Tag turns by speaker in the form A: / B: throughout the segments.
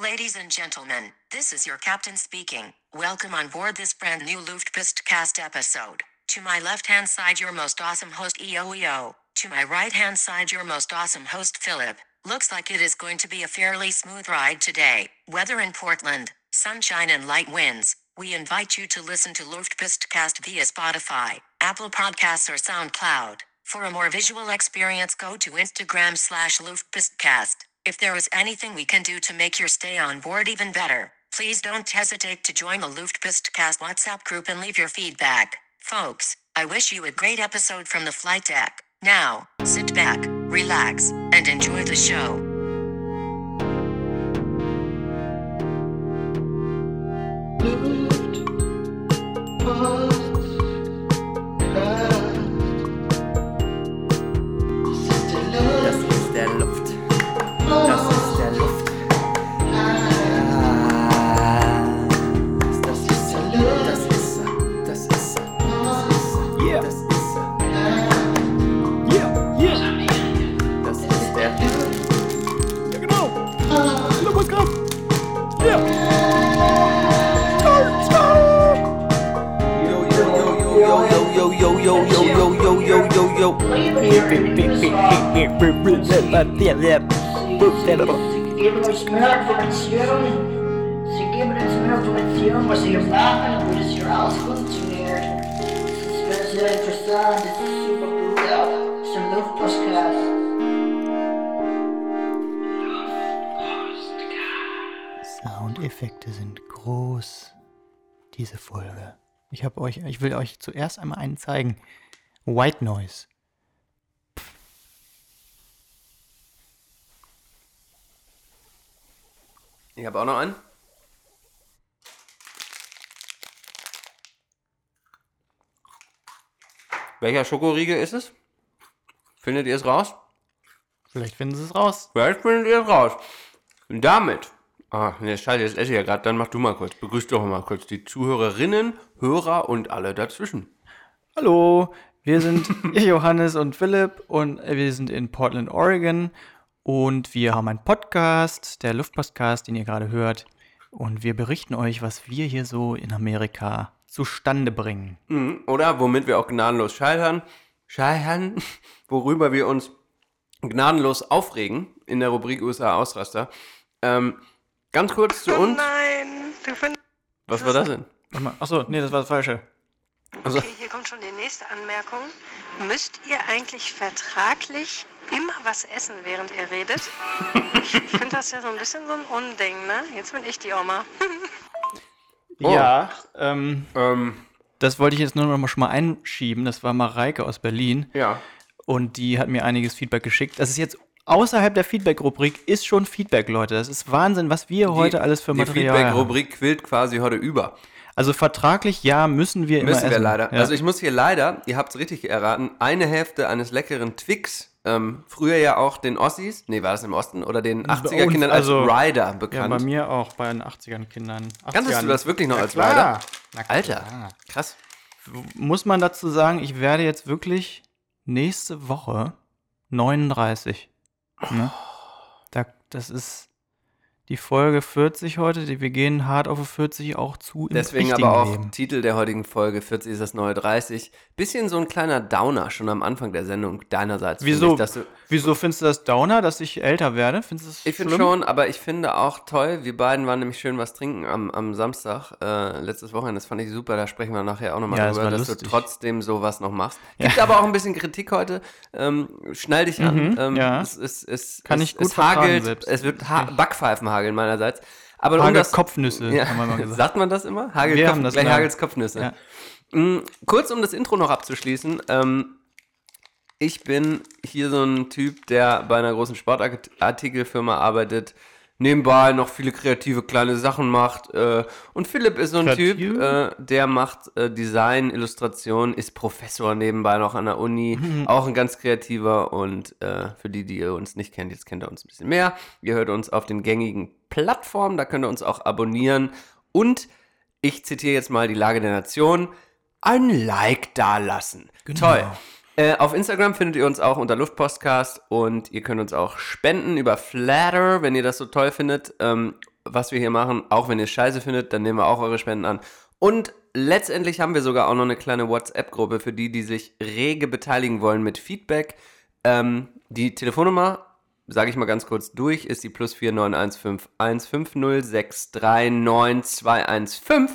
A: Ladies and gentlemen, this is your captain speaking. Welcome on board this brand new Luftpostcast episode. To my left hand side, your most awesome host E EOEO. To my right hand side, your most awesome host Philip. Looks like it is going to be a fairly smooth ride today. Weather in Portland, sunshine and light winds. We invite you to listen to Luftpostcast via Spotify, Apple Podcasts, or SoundCloud. For a more visual experience, go to Instagram slash Luftpostcast. If there is anything we can do to make your stay on board even better, please don't hesitate to join the Luftpostcast WhatsApp group and leave your feedback. Folks, I wish you a great episode from the flight deck. Now, sit back, relax, and enjoy the show. Das ist der Luft. Das ist der Luft. Ah, das ist der Luft. Das ist er. Das ist er. Das ist er. Yeah. Das ist er. Yeah. Yeah. Das ist der Luft. Ja, genau. Luftpostcast. Yeah. Yo, yo, yo, yo, yo, yo, yo, yo, yo, yo, yo, yo, yo. Sie geben uns mehr Informationen. Sie geben uns mehr Informationen, was ihr machen, wo das ihr alles funktioniert. Es ist sehr interessant, es ist super gut. Es ist ein Luftpostcast.
B: Soundeffekte sind groß, diese Folge. Ich habe euch, ich will euch zuerst einmal einen zeigen. White Noise.
C: Ich habe auch noch einen. Welcher Schokoriegel ist es? Findet ihr es raus?
B: Vielleicht finden sie es raus.
C: Vielleicht findet ihr es raus. Und damit. Ah, ne, scheiße, jetzt esse ich ja gerade. Dann mach du mal kurz. Begrüß doch mal kurz die Zuhörerinnen, Hörer und alle dazwischen.
B: Hallo, wir sind Johannes und Philipp und äh, wir sind in Portland, Oregon und wir haben einen Podcast, der Luftpostcast, den ihr gerade hört und wir berichten euch, was wir hier so in Amerika zustande bringen.
C: Mhm, Oder womit wir auch gnadenlos scheitern. Scheitern. Worüber wir uns gnadenlos aufregen in der Rubrik USA-Ausraster. Ähm, ganz kurz zu uns.
D: Oh Nein, du findest.
C: Was war das denn?
B: Warte mal, Achso, nee, das war das Falsche.
C: Also,
D: Okay, hier kommt schon die nächste Anmerkung. Müsst ihr eigentlich vertraglich immer was essen, während ihr redet? Ich finde das ja so ein bisschen so ein Unding, ne? Jetzt bin ich die Oma.
C: Oh.
B: Ja, ähm,
C: ähm,
B: Das wollte ich jetzt nur noch mal schon mal einschieben. Das war Mareike aus Berlin
C: ja.
B: und die hat mir einiges Feedback geschickt. Das ist jetzt außerhalb der Feedback-Rubrik, ist schon Feedback, Leute. Das ist Wahnsinn, was wir heute alles für
C: Die
B: Material haben.
C: Feedback-Rubrik quillt quasi heute über.
B: Also vertraglich, ja, müssen wir immer
C: Müssen wir
B: essen.
C: leider.
B: Ja.
C: Also ich muss hier leider, ihr habt es richtig erraten, eine Hälfte eines leckeren Twix, ähm, früher ja auch den Ossis, nee, war das im Osten, oder den 80er-Kindern
B: also-
C: als Rider
B: ja, bei
C: bekannt.
B: mir auch, bei den 80ern Kindern. 80ern.
C: Kanntest du das wirklich noch
B: ja,
C: als
B: klar.
C: Rider?
B: Na klar.
C: Alter, krass.
B: Muss man dazu sagen, ich werde jetzt wirklich nächste Woche 39. Ne? Da, das ist die Folge 40 heute. Die, wir gehen hart auf die 40 auch zu im
C: Deswegen
B: richtigen
C: aber auch
B: Leben.
C: Titel der heutigen Folge, 40 ist das neue 30. Bisschen so ein kleiner Downer schon am Anfang der Sendung deinerseits. finde
B: Wieso,
C: Ich, dass du,
B: wieso findest du das Downer, dass ich älter werde? Findest du das
C: ich finde
B: schlimm?
C: schon, aber ich finde auch toll, wir beiden waren nämlich schön was trinken am, am Samstag, äh, letztes Wochenende, das fand ich super, da sprechen wir nachher auch nochmal
B: Ja, das
C: drüber,
B: war
C: dass du
B: lustig.
C: trotzdem sowas noch machst. Gibt aber auch ein bisschen Kritik heute, ähm, schnall dich an.
B: Mhm,
C: ähm,
B: ja.
C: es, es, es,
B: Kann
C: es,
B: ich gut
C: es
B: vertragen
C: hagelt,
B: selbst.
C: es wird ha Backpfeifen hageln meinerseits. Aber um
B: Hagel
C: das,
B: Kopfnüsse,
C: ja,
B: haben wir mal gesagt.
C: sagt man das immer? Hagel
B: Wir
C: Kopf,
B: haben das
C: gleich
B: mal-
C: Hagels Kopfnüsse.
B: Ja.
C: Mm, kurz um das Intro noch abzuschließen. Ähm, ich bin hier so ein Typ, der bei einer großen Sportartikelfirma arbeitet, nebenbei noch viele kreative kleine Sachen macht. Äh, und Philipp ist so ein
B: Kreativ?
C: Typ, äh, der macht äh, Design, Illustration, ist Professor nebenbei noch an der Uni, auch ein ganz kreativer. Und äh, für die, die ihr uns nicht kennt, jetzt kennt ihr uns ein bisschen mehr. Ihr hört uns auf den gängigen Plattformen, da könnt ihr uns auch abonnieren. Und ich zitiere jetzt mal die Lage der Nation, ein Like da lassen. Toll. Äh, auf Instagram findet ihr uns auch unter Luftpostcast und ihr könnt uns auch spenden über Flatter, wenn ihr das so toll findet. Ähm, was wir hier machen. Auch wenn ihr Scheiße findet, dann nehmen wir auch eure Spenden an. Und letztendlich haben wir sogar auch noch eine kleine WhatsApp-Gruppe für die, die sich rege beteiligen wollen mit Feedback. Ähm, die Telefonnummer, sage ich mal ganz kurz durch, ist die plus 4915150639215.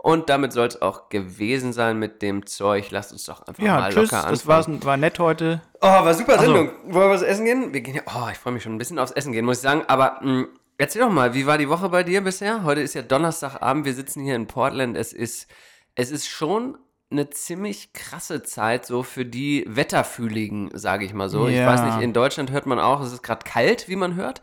C: Und damit soll es auch gewesen sein mit dem Zeug. Lasst uns doch einfach
B: Ja,
C: mal
B: tschüss.
C: locker
B: Das
C: anfangen.
B: war's, Also war nett heute.
C: Oh, war super
B: Ach so.
C: Sendung. Wollen wir was essen gehen? Wir gehen ja. Oh, ich freue mich schon ein bisschen aufs Essen gehen, muss ich sagen. Aber mh, erzähl doch mal, wie war die Woche bei dir bisher? Heute ist ja Donnerstagabend. Wir sitzen hier in Portland. Es ist, es ist schon eine ziemlich krasse Zeit so für die Wetterfühligen, sage ich mal so. Ich
B: Ja. Mhm.
C: weiß nicht, in Deutschland hört man auch, es ist gerade kalt, wie man hört.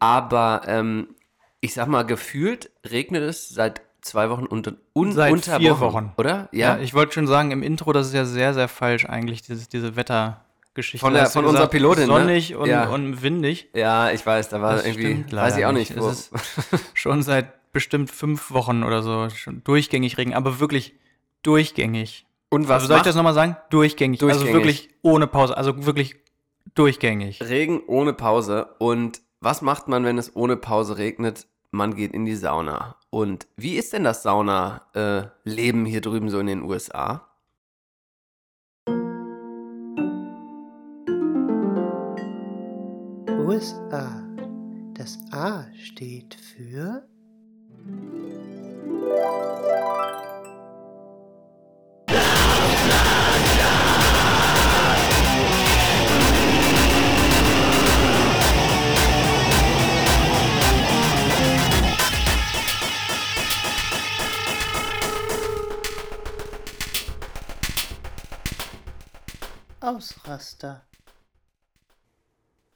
C: Aber ähm, ich sag mal, gefühlt regnet es seit zwei Wochen und un
B: Seit
C: unter
B: vier
C: Wochen,
B: Wochen.
C: oder?
B: Ja, ich wollte schon sagen, im Intro, das ist ja sehr, sehr falsch eigentlich, dieses, diese Wettergeschichte.
C: Von der-
B: Hast du
C: von unserer
B: gesagt,
C: Pilotin, ne?
B: Sonnig und,
C: Ja.
B: und windig.
C: ja, ich weiß, da war
B: Das
C: irgendwie,
B: stimmt leider
C: weiß ich auch nicht.
B: nicht.
C: wo-
B: Es Schon seit bestimmt fünf Wochen oder so. Schon durchgängig Regen, aber wirklich durchgängig.
C: und was
B: also soll ich
C: macht
B: das nochmal sagen? Durchgängig.
C: Durchgängig.
B: Also wirklich ohne Pause. Also wirklich durchgängig.
C: Regen ohne Pause. Und was macht man, wenn es ohne Pause regnet? Man geht in die Sauna. Und wie ist denn das Sauna-Leben hier drüben so in den USA?
E: USA. Das A steht für Ausraster.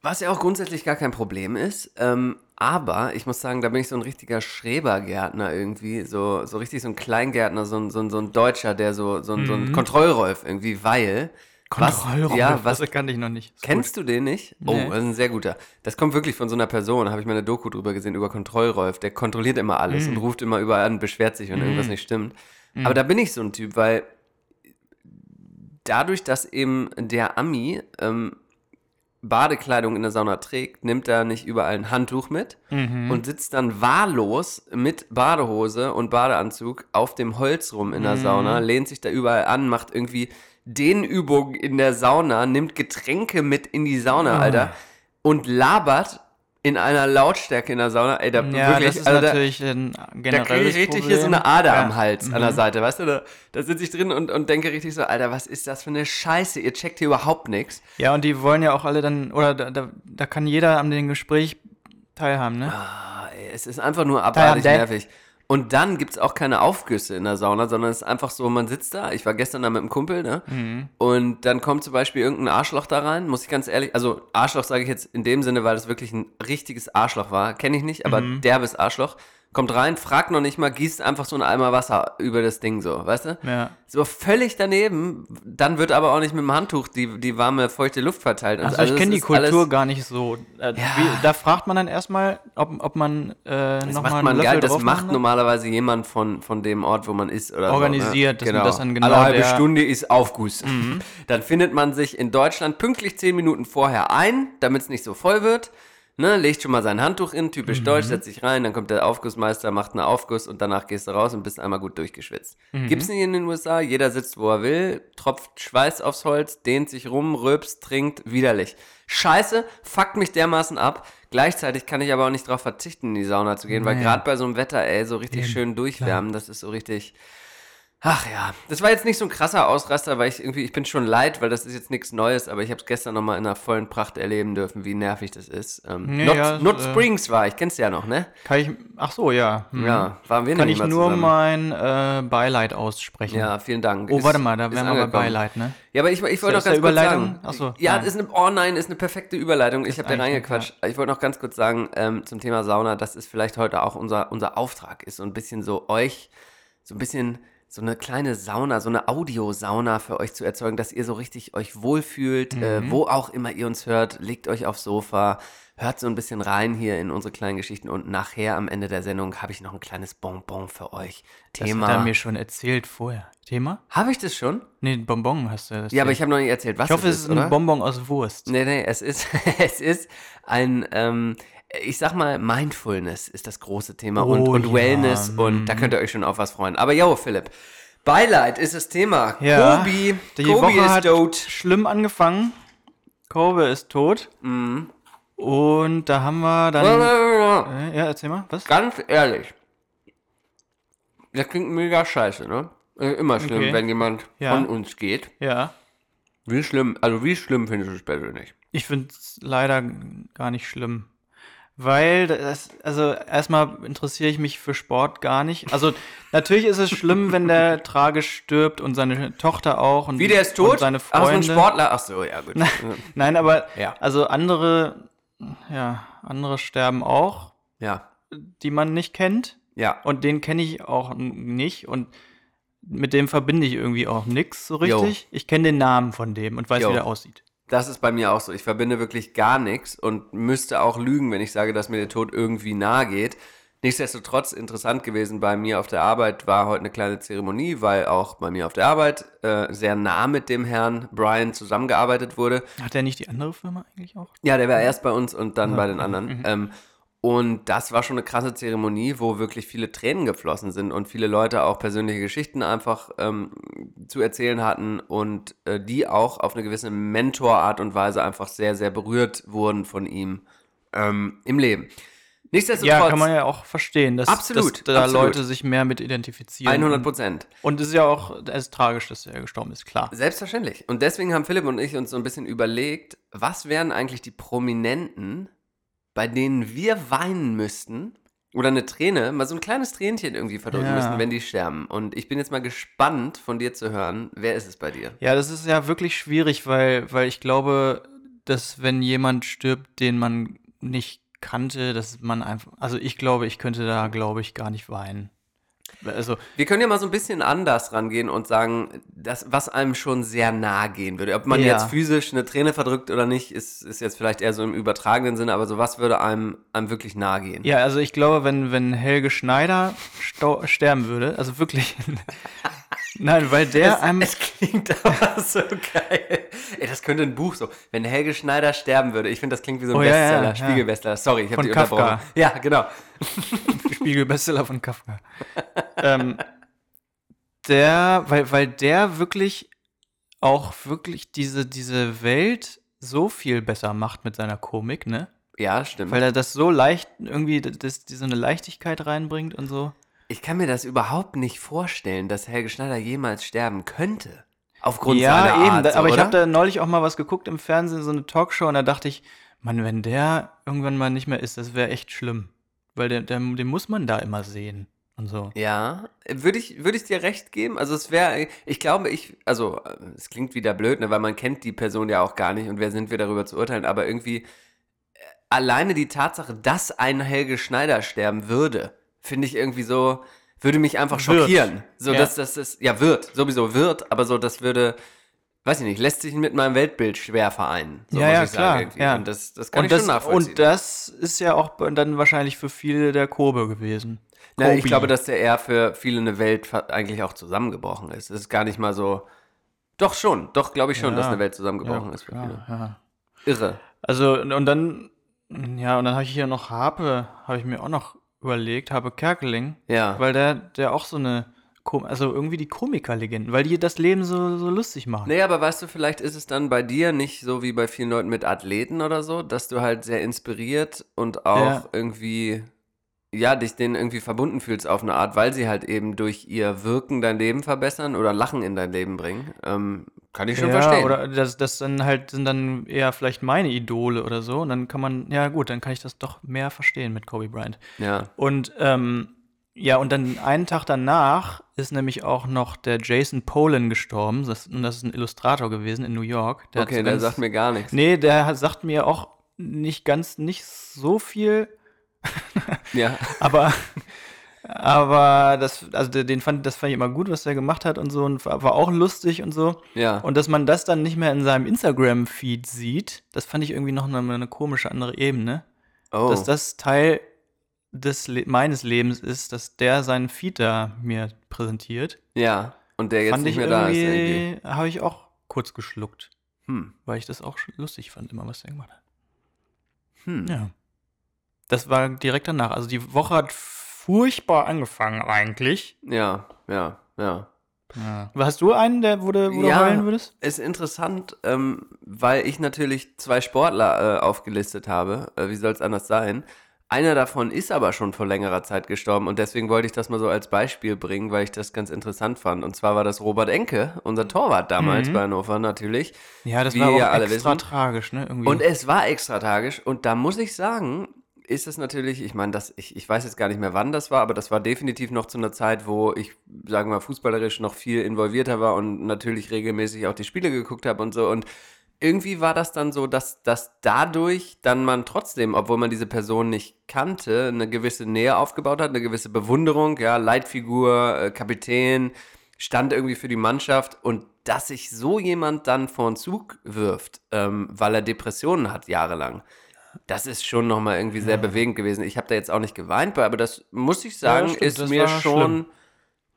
C: Was ja auch grundsätzlich gar kein Problem ist. Ähm, aber ich muss sagen, da bin ich so ein richtiger Schrebergärtner irgendwie. So, so richtig so ein Kleingärtner, so ein, so ein, so ein Deutscher, der so, so, ein, so
B: Mhm.
C: ein Kontrollrolf irgendwie, weil.
B: Kontrollraum.
C: Was, ja, was,
B: das kannte ich noch nicht. Ist
C: Kennst du den nicht? Oh,
B: Nee.
C: das ist ein sehr guter. Das kommt wirklich von so einer Person, habe ich mal eine Doku drüber gesehen, über Kontrollrolf. Der kontrolliert immer alles
B: Mm.
C: und ruft immer überall an, beschwert sich, wenn irgendwas nicht stimmt. Aber da bin ich so ein Typ, weil dadurch, dass eben der Ami ähm, Badekleidung in der Sauna trägt, nimmt er nicht überall ein Handtuch mit
B: Mhm.
C: und sitzt dann wahllos mit Badehose und Badeanzug auf dem Holz rum in der
B: Mhm.
C: Sauna, lehnt sich da überall an, macht irgendwie Dehnübungen in der Sauna, nimmt Getränke mit in die Sauna,
B: Mhm.
C: Alter, und labert in einer Lautstärke in der Sauna. Ey, da
B: gut. Ja,
C: wirklich,
B: das ist
C: also da-
B: natürlich ein
C: da kriege
B: generelles
C: ich richtig
B: Problem.
C: hier so eine Ader
B: ja. Mhm.
C: am Hals an der Seite, weißt du? Da, da sitze ich drin und, und denke richtig so, Alter, was ist das für eine Scheiße? Ihr checkt hier überhaupt nichts.
B: Ja, und die wollen ja auch alle dann, oder da, da, da kann jeder an dem Gespräch teilhaben, ne?
C: Ah, Ey, Es ist einfach nur abartig
B: Damn, Dad.
C: nervig. Und dann gibt es auch keine Aufgüsse in der Sauna, sondern es ist einfach so, man sitzt da, ich war gestern da mit einem Kumpel, ne?
B: Mhm.
C: Und dann kommt zum Beispiel irgendein Arschloch da rein, muss ich ganz ehrlich, also Arschloch sage ich jetzt in dem Sinne, weil das wirklich ein richtiges Arschloch war, kenne ich nicht, aber
B: Mhm.
C: derbes Arschloch, kommt rein, fragt noch nicht mal, gießt einfach so einen Eimer Wasser über das Ding so, weißt du?
B: Ja.
C: So völlig daneben, dann wird aber auch nicht mit dem Handtuch die, die warme, feuchte Luft verteilt. und
B: Also,
C: so.
B: ich
C: das
B: kenne die
C: ist alles-
B: Kultur gar nicht so. Äh, wie, da fragt man dann erstmal, ob, ob man äh,
C: Das
B: nochmal
C: macht
B: einen
C: man
B: Löffel
C: geil, das
B: drauf
C: macht
B: machen darf.
C: normalerweise jemand von, von dem Ort, wo man ist oder
B: Organisiert,
C: so,
B: dass
C: ne?
B: man das dann genau
C: Alle halbe
B: der- Mhm.
C: Stunde ist Aufguss. Dann findet man sich in Deutschland pünktlich zehn Minuten vorher ein, damit es nicht so voll wird. Ne, legt schon mal sein Handtuch in, typisch
B: Mhm.
C: deutsch, setzt sich rein, dann kommt der Aufgussmeister, macht einen Aufguss und danach gehst du raus und bist einmal gut durchgeschwitzt.
B: Mhm.
C: Gibt's nicht in den USA, jeder sitzt, wo er will, tropft Schweiß aufs Holz, dehnt sich rum, rülpst, trinkt, widerlich. Scheiße, fuckt mich dermaßen ab. Gleichzeitig kann ich aber auch nicht darauf verzichten, in die Sauna zu gehen, weil gerade bei so einem Wetter, ey, so richtig schön durchwärmen, das ist so richtig. Ach ja, das war jetzt nicht so ein krasser Ausraster, weil ich irgendwie, ich bin schon leid, weil das ist jetzt nichts Neues, aber ich habe es gestern nochmal in einer vollen Pracht erleben dürfen, wie nervig das ist. Ähm,
B: Ja,
C: Not,
B: ja,
C: Not
B: äh,
C: Springs war, ich kenn's ja noch, ne?
B: Kann ich, ach so, ja. Hm.
C: Ja, waren wir
B: Kann ich
C: nämlich mal
B: nur
C: zusammen.
B: mein äh, Beileid aussprechen.
C: Ja, vielen Dank.
B: Oh,
C: Ist-
B: warte mal, da
C: ist
B: wären wir bei
C: angekommen.
B: Beileid, ne?
C: Ja, aber ich, ich wollte noch
B: Ist da
C: ganz kurz
B: Überleitung?
C: sagen.
B: Ach so,
C: ja,
B: nein.
C: ist eine, oh nein, ist eine perfekte Überleitung. Ich habe da
B: eigentlich-
C: reingequatscht. Ich wollte noch ganz kurz sagen ähm, zum Thema Sauna, dass es vielleicht heute auch unser, unser Auftrag ist, so ein bisschen so euch, so ein bisschen so eine kleine Sauna, so eine Audiosauna für euch zu erzeugen, dass ihr so richtig euch wohlfühlt,
B: Mhm.
C: äh, wo auch immer ihr uns hört, legt euch aufs Sofa, hört so ein bisschen rein hier in unsere kleinen Geschichten und nachher am Ende der Sendung habe ich noch ein kleines Bonbon für euch.
B: Das
C: Thema.
B: hat er mir schon erzählt vorher. Thema?
C: Habe ich das schon?
B: Nee, ein Bonbon hast du
C: Ja, aber ich habe noch nicht erzählt,
B: Ich
C: was
B: hoffe,
C: es
B: es
C: ist,
B: ist
C: oder?
B: ein Bonbon aus Wurst.
C: Nee, nee, es ist, es ist ein, ähm, ich sag mal, Mindfulness ist das große Thema und,
B: Oh
C: und
B: ja,
C: Wellness und da könnt ihr euch schon auf was freuen. Aber yo, Philipp, Beileid ist das Thema.
B: Ja,
C: Kobe,
B: die
C: Kobe
B: Woche
C: ist
B: hat
C: tot.
B: schlimm angefangen. Kobe ist tot.
C: Mhm.
B: Und da haben wir dann. Äh, ja, erzähl mal, was?
C: Ganz ehrlich, das klingt mega scheiße, ne? Äh, Immer schlimm,
B: Okay.
C: wenn jemand
B: Ja.
C: von uns geht.
B: Ja.
C: Wie schlimm, also wie schlimm findest du es persönlich?
B: Ich finde es leider gar nicht schlimm. Weil, das, also erstmal interessiere ich mich für Sport gar nicht. Also natürlich ist es schlimm, wenn der tragisch stirbt und seine Tochter auch und,
C: Wie der ist
B: und
C: tot?
B: seine
C: Ach, so ein
B: Freunde.
C: Sportler. Ach so, ja gut.
B: Nein, aber
C: Ja.
B: also andere, ja, andere sterben auch,
C: ja,
B: die man nicht kennt.
C: ja.
B: Und den kenne ich auch n- nicht und mit dem verbinde ich irgendwie auch nichts so
C: Jo.
B: richtig. Ich kenne den Namen von dem und weiß,
C: Jo.
B: wie der aussieht.
C: Das ist bei mir auch so. Ich verbinde wirklich gar nichts und müsste auch lügen, wenn ich sage, dass mir der Tod irgendwie nahe geht. Nichtsdestotrotz interessant gewesen bei mir auf der Arbeit war heute eine kleine Zeremonie, weil auch bei mir auf der Arbeit äh, sehr nah mit dem Herrn Brian zusammengearbeitet wurde.
B: Hat der nicht die andere Firma eigentlich auch?
C: Ja, der war erst bei uns und dann bei den anderen. Ähm, und das war schon eine krasse Zeremonie, wo wirklich viele Tränen geflossen sind und viele Leute auch persönliche Geschichten einfach ähm, zu erzählen hatten und äh, die auch auf eine gewisse Mentorart und Weise einfach sehr, sehr berührt wurden von ihm ähm, im Leben. Nichtsdestotrotz,
B: Ja, kann man ja auch verstehen, dass, dass
C: Absolut,
B: da
C: absolut.
B: Leute sich mehr mit identifizieren.
C: 100 Prozent.
B: Und es ist ja auch es ist tragisch, dass er gestorben ist, klar.
C: Selbstverständlich. Und deswegen haben Philipp und ich uns so ein bisschen überlegt, was wären eigentlich die Prominenten, bei denen wir weinen müssten oder eine Träne, mal so ein kleines Tränchen irgendwie verdrücken
B: Ja.
C: müssten, wenn die sterben. Und ich bin jetzt mal gespannt von dir zu hören, wer ist es bei dir?
B: Ja, das ist ja wirklich schwierig, weil, weil ich glaube, dass wenn jemand stirbt, den man nicht kannte, dass man einfach. Also ich glaube, ich könnte da, glaube ich, gar nicht weinen. Also,
C: Wir können ja mal so ein bisschen anders rangehen und sagen, das, was einem schon sehr nahe gehen würde. Ob man
B: Ja.
C: jetzt physisch eine Träne verdrückt oder nicht, ist, ist jetzt vielleicht eher so im übertragenen Sinne, aber so was würde einem, einem wirklich nahe gehen.
B: ja, also ich glaube, wenn, wenn Helge Schneider stau- sterben würde, also wirklich. Nein, weil der einem.
C: Es klingt aber so geil. Ey, das könnte ein Buch so. Wenn Helge Schneider sterben würde, ich finde, das klingt wie so ein
B: Oh, ja, ja,
C: Bestseller,
B: ja.
C: Spiegelbestseller. Sorry, ich habe
B: Von
C: die unterbrochen.
B: Kafka.
C: Ja, genau.
B: Spiegelbestseller von Kafka. ähm, der, weil, weil der wirklich auch wirklich diese, diese Welt so viel besser macht mit seiner Komik, ne?
C: Ja, stimmt.
B: Weil er das so leicht irgendwie, das, die so eine Leichtigkeit reinbringt und so.
C: ich kann mir das überhaupt nicht vorstellen, dass Helge Schneider jemals sterben könnte. Aufgrund
B: ja,
C: seiner
B: eben.
C: Art.
B: da,
C: so,
B: aber ich
C: oder?
B: habe da neulich auch mal was geguckt im Fernsehen, so eine Talkshow, und da dachte ich, Mann, wenn der irgendwann mal nicht mehr ist, das wäre echt schlimm. Weil der, der, den muss man da immer sehen und so.
C: Ja, würde ich, würde ich dir recht geben? Also es wäre, ich glaube, ich, also äh, es klingt wieder blöd, ne, weil man kennt die Person ja auch gar nicht und wer sind wir darüber zu urteilen, aber irgendwie äh, alleine die Tatsache, dass ein Helge Schneider sterben würde, finde ich irgendwie so, würde mich einfach
B: Wird.
C: schockieren. So,
B: Ja.
C: dass das ist, ja, wird, sowieso wird, aber so, das würde, weiß ich nicht, lässt sich mit meinem Weltbild schwer vereinen. So
B: Ja,
C: muss
B: ja,
C: ich
B: klar,
C: sagen irgendwie.
B: ja.
C: Und das, das kann
B: und,
C: ich
B: das,
C: schon nachvollziehen.
B: und das ist ja auch dann wahrscheinlich für viele der Kobe gewesen.
C: Na, ich
B: Kobe.
C: glaube, dass der eher für viele eine Welt fa- eigentlich auch zusammengebrochen ist. Es ist gar nicht mal so. Doch schon, doch glaube ich schon,
B: Ja.
C: dass eine Welt zusammengebrochen
B: Ja,
C: ist für
B: ja,
C: viele.
B: ja.
C: Irre.
B: Also, und und dann, ja, und dann habe ich hier noch Harpe, habe ich mir auch noch überlegt, Harpe Kerkeling,
C: Ja.
B: weil der, der auch so eine, Kom also irgendwie die Komikerlegenden, weil die das Leben so, so lustig machen.
C: Naja, aber weißt du, vielleicht ist es dann bei dir nicht so wie bei vielen Leuten mit Athleten oder so, dass du halt sehr inspiriert und auch
B: Ja.
C: irgendwie, ja, dich denen irgendwie verbunden fühlst auf eine Art, weil sie halt eben durch ihr Wirken dein Leben verbessern oder Lachen in dein Leben bringen. Ähm, kann ich schon
B: ja,
C: verstehen.
B: oder das, das dann halt sind dann eher vielleicht meine Idole oder so. Und dann kann man, ja gut, dann kann ich das doch mehr verstehen mit Kobe Bryant.
C: ja.
B: Und ähm, ja, und dann einen Tag danach ist nämlich auch noch der Jason Polan gestorben. Das, und das ist ein Illustrator gewesen in New York. hat
C: Okay,
B: so
C: der
B: ganz-
C: sagt mir gar nichts.
B: Nee, der hat, sagt mir auch nicht ganz, nicht so viel,
C: Ja.
B: aber, aber das, also de- den fand, das fand ich immer gut, was der gemacht hat und so und war, war auch lustig und so.
C: Ja.
B: Und dass man das dann nicht mehr in seinem Instagram-Feed sieht, das fand ich irgendwie noch eine, eine komische andere Ebene.
C: oh.
B: Dass das Teil des Le meines Lebens ist, dass der seinen Feed da mir präsentiert.
C: Ja, und der jetzt
B: fand
C: nicht
B: ich
C: mehr da ist. Irgendwie.
B: irgendwie, habe ich auch kurz geschluckt,
C: Hm.
B: weil ich das auch sch- lustig fand, immer was der gemacht hat.
C: Hm.
B: Ja. Das war direkt danach. Also die Woche hat furchtbar angefangen eigentlich.
C: Ja, ja, ja.
B: Hast du einen, der wo du, wo du heulen würdest?
C: Ist interessant, ähm, weil ich natürlich zwei Sportler äh, aufgelistet habe. Äh, wie soll es anders sein? Einer davon ist aber schon vor längerer Zeit gestorben und deswegen wollte ich das mal so als Beispiel bringen, weil ich das ganz interessant fand. Und zwar war das Robert Enke, unser Torwart damals bei Hannover natürlich.
B: Ja, das
C: Wie
B: war auch
C: ihr alle
B: extra
C: wissen.
B: tragisch, ne? Irgendwie.
C: Und es war extra tragisch. Und da muss ich sagen, ist es natürlich, ich meine, das, ich, ich weiß jetzt gar nicht mehr, wann das war, aber das war definitiv noch zu einer Zeit, wo ich, sagen wir mal, fußballerisch noch viel involvierter war und natürlich regelmäßig auch die Spiele geguckt habe und so. Und irgendwie war das dann so, dass, dass dadurch dann man trotzdem, obwohl man diese Person nicht kannte, eine gewisse Nähe aufgebaut hat, eine gewisse Bewunderung, ja, Leitfigur, äh, Kapitän, stand irgendwie für die Mannschaft und dass sich so jemand dann vor den Zug wirft, ähm, weil er Depressionen hat jahrelang, das ist schon nochmal irgendwie sehr bewegend gewesen. Ich habe da jetzt auch nicht geweint bei, aber das muss ich sagen,
B: stimmt,
C: ist
B: das
C: mir
B: war
C: schon
B: schlimm.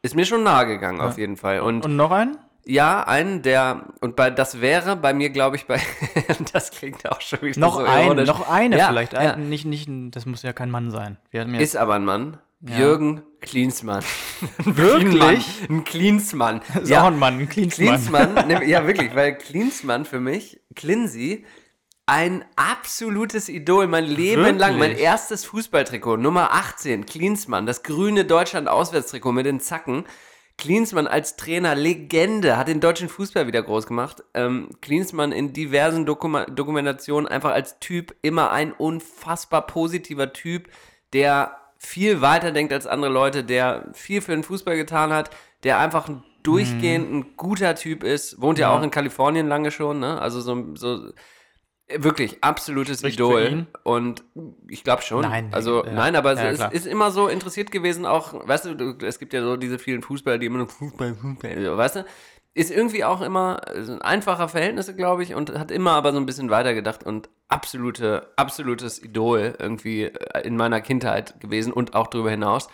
C: ist mir schon nahe gegangen auf jeden Fall. Und,
B: Und noch einen?
C: ja, einen der und bei das wäre bei mir glaube ich bei das klingt auch schon wieder
B: Noch
C: so
B: einen,
C: ironisch.
B: noch eine
C: Ja,
B: vielleicht.
C: ja.
B: Ein, nicht, nicht, ein- das muss ja kein Mann sein. Wir hatten ja
C: Ist aber ein Mann. Jürgen Klinsmann.
B: Wirklich?
C: Ein Klinsmann.
B: ist auch ein Mann, ein Cleansmann.
C: Klinsmann, ne, ja wirklich, weil Klinsmann für mich, Klinsi, ein absolutes Idol, mein Leben
B: Wirklich?
C: lang, mein erstes Fußballtrikot, Nummer 18, Klinsmann, das grüne Deutschland-Auswärtstrikot mit den Zacken. Klinsmann als Trainer, Legende, hat den deutschen Fußball wieder groß gemacht. Ähm, Klinsmann in diversen Dokuma Dokumentationen einfach als Typ immer ein unfassbar positiver Typ, der viel weiter denkt als andere Leute, der viel für den Fußball getan hat, der einfach ein durchgehend ein guter Typ ist. Wohnt ja, auch in Kalifornien lange schon, ne? Also so, so äh, wirklich absolutes
B: Spricht für
C: Idol.
B: ihn?
C: Und ich glaube schon.
B: Nein,
C: also
B: ja.
C: nein, aber
B: Ja,
C: es
B: klar.
C: ist, ist immer so interessiert gewesen, auch, weißt du, du, es gibt ja so diese vielen Fußballer, die immer nur Fußball, Fußball, so, weißt du? Ist irgendwie auch immer äh, so ein einfacher Verhältnisse, glaube ich, und hat immer aber so ein bisschen weitergedacht und absolute, absolutes Idol irgendwie äh, in meiner Kindheit gewesen und auch darüber hinaus.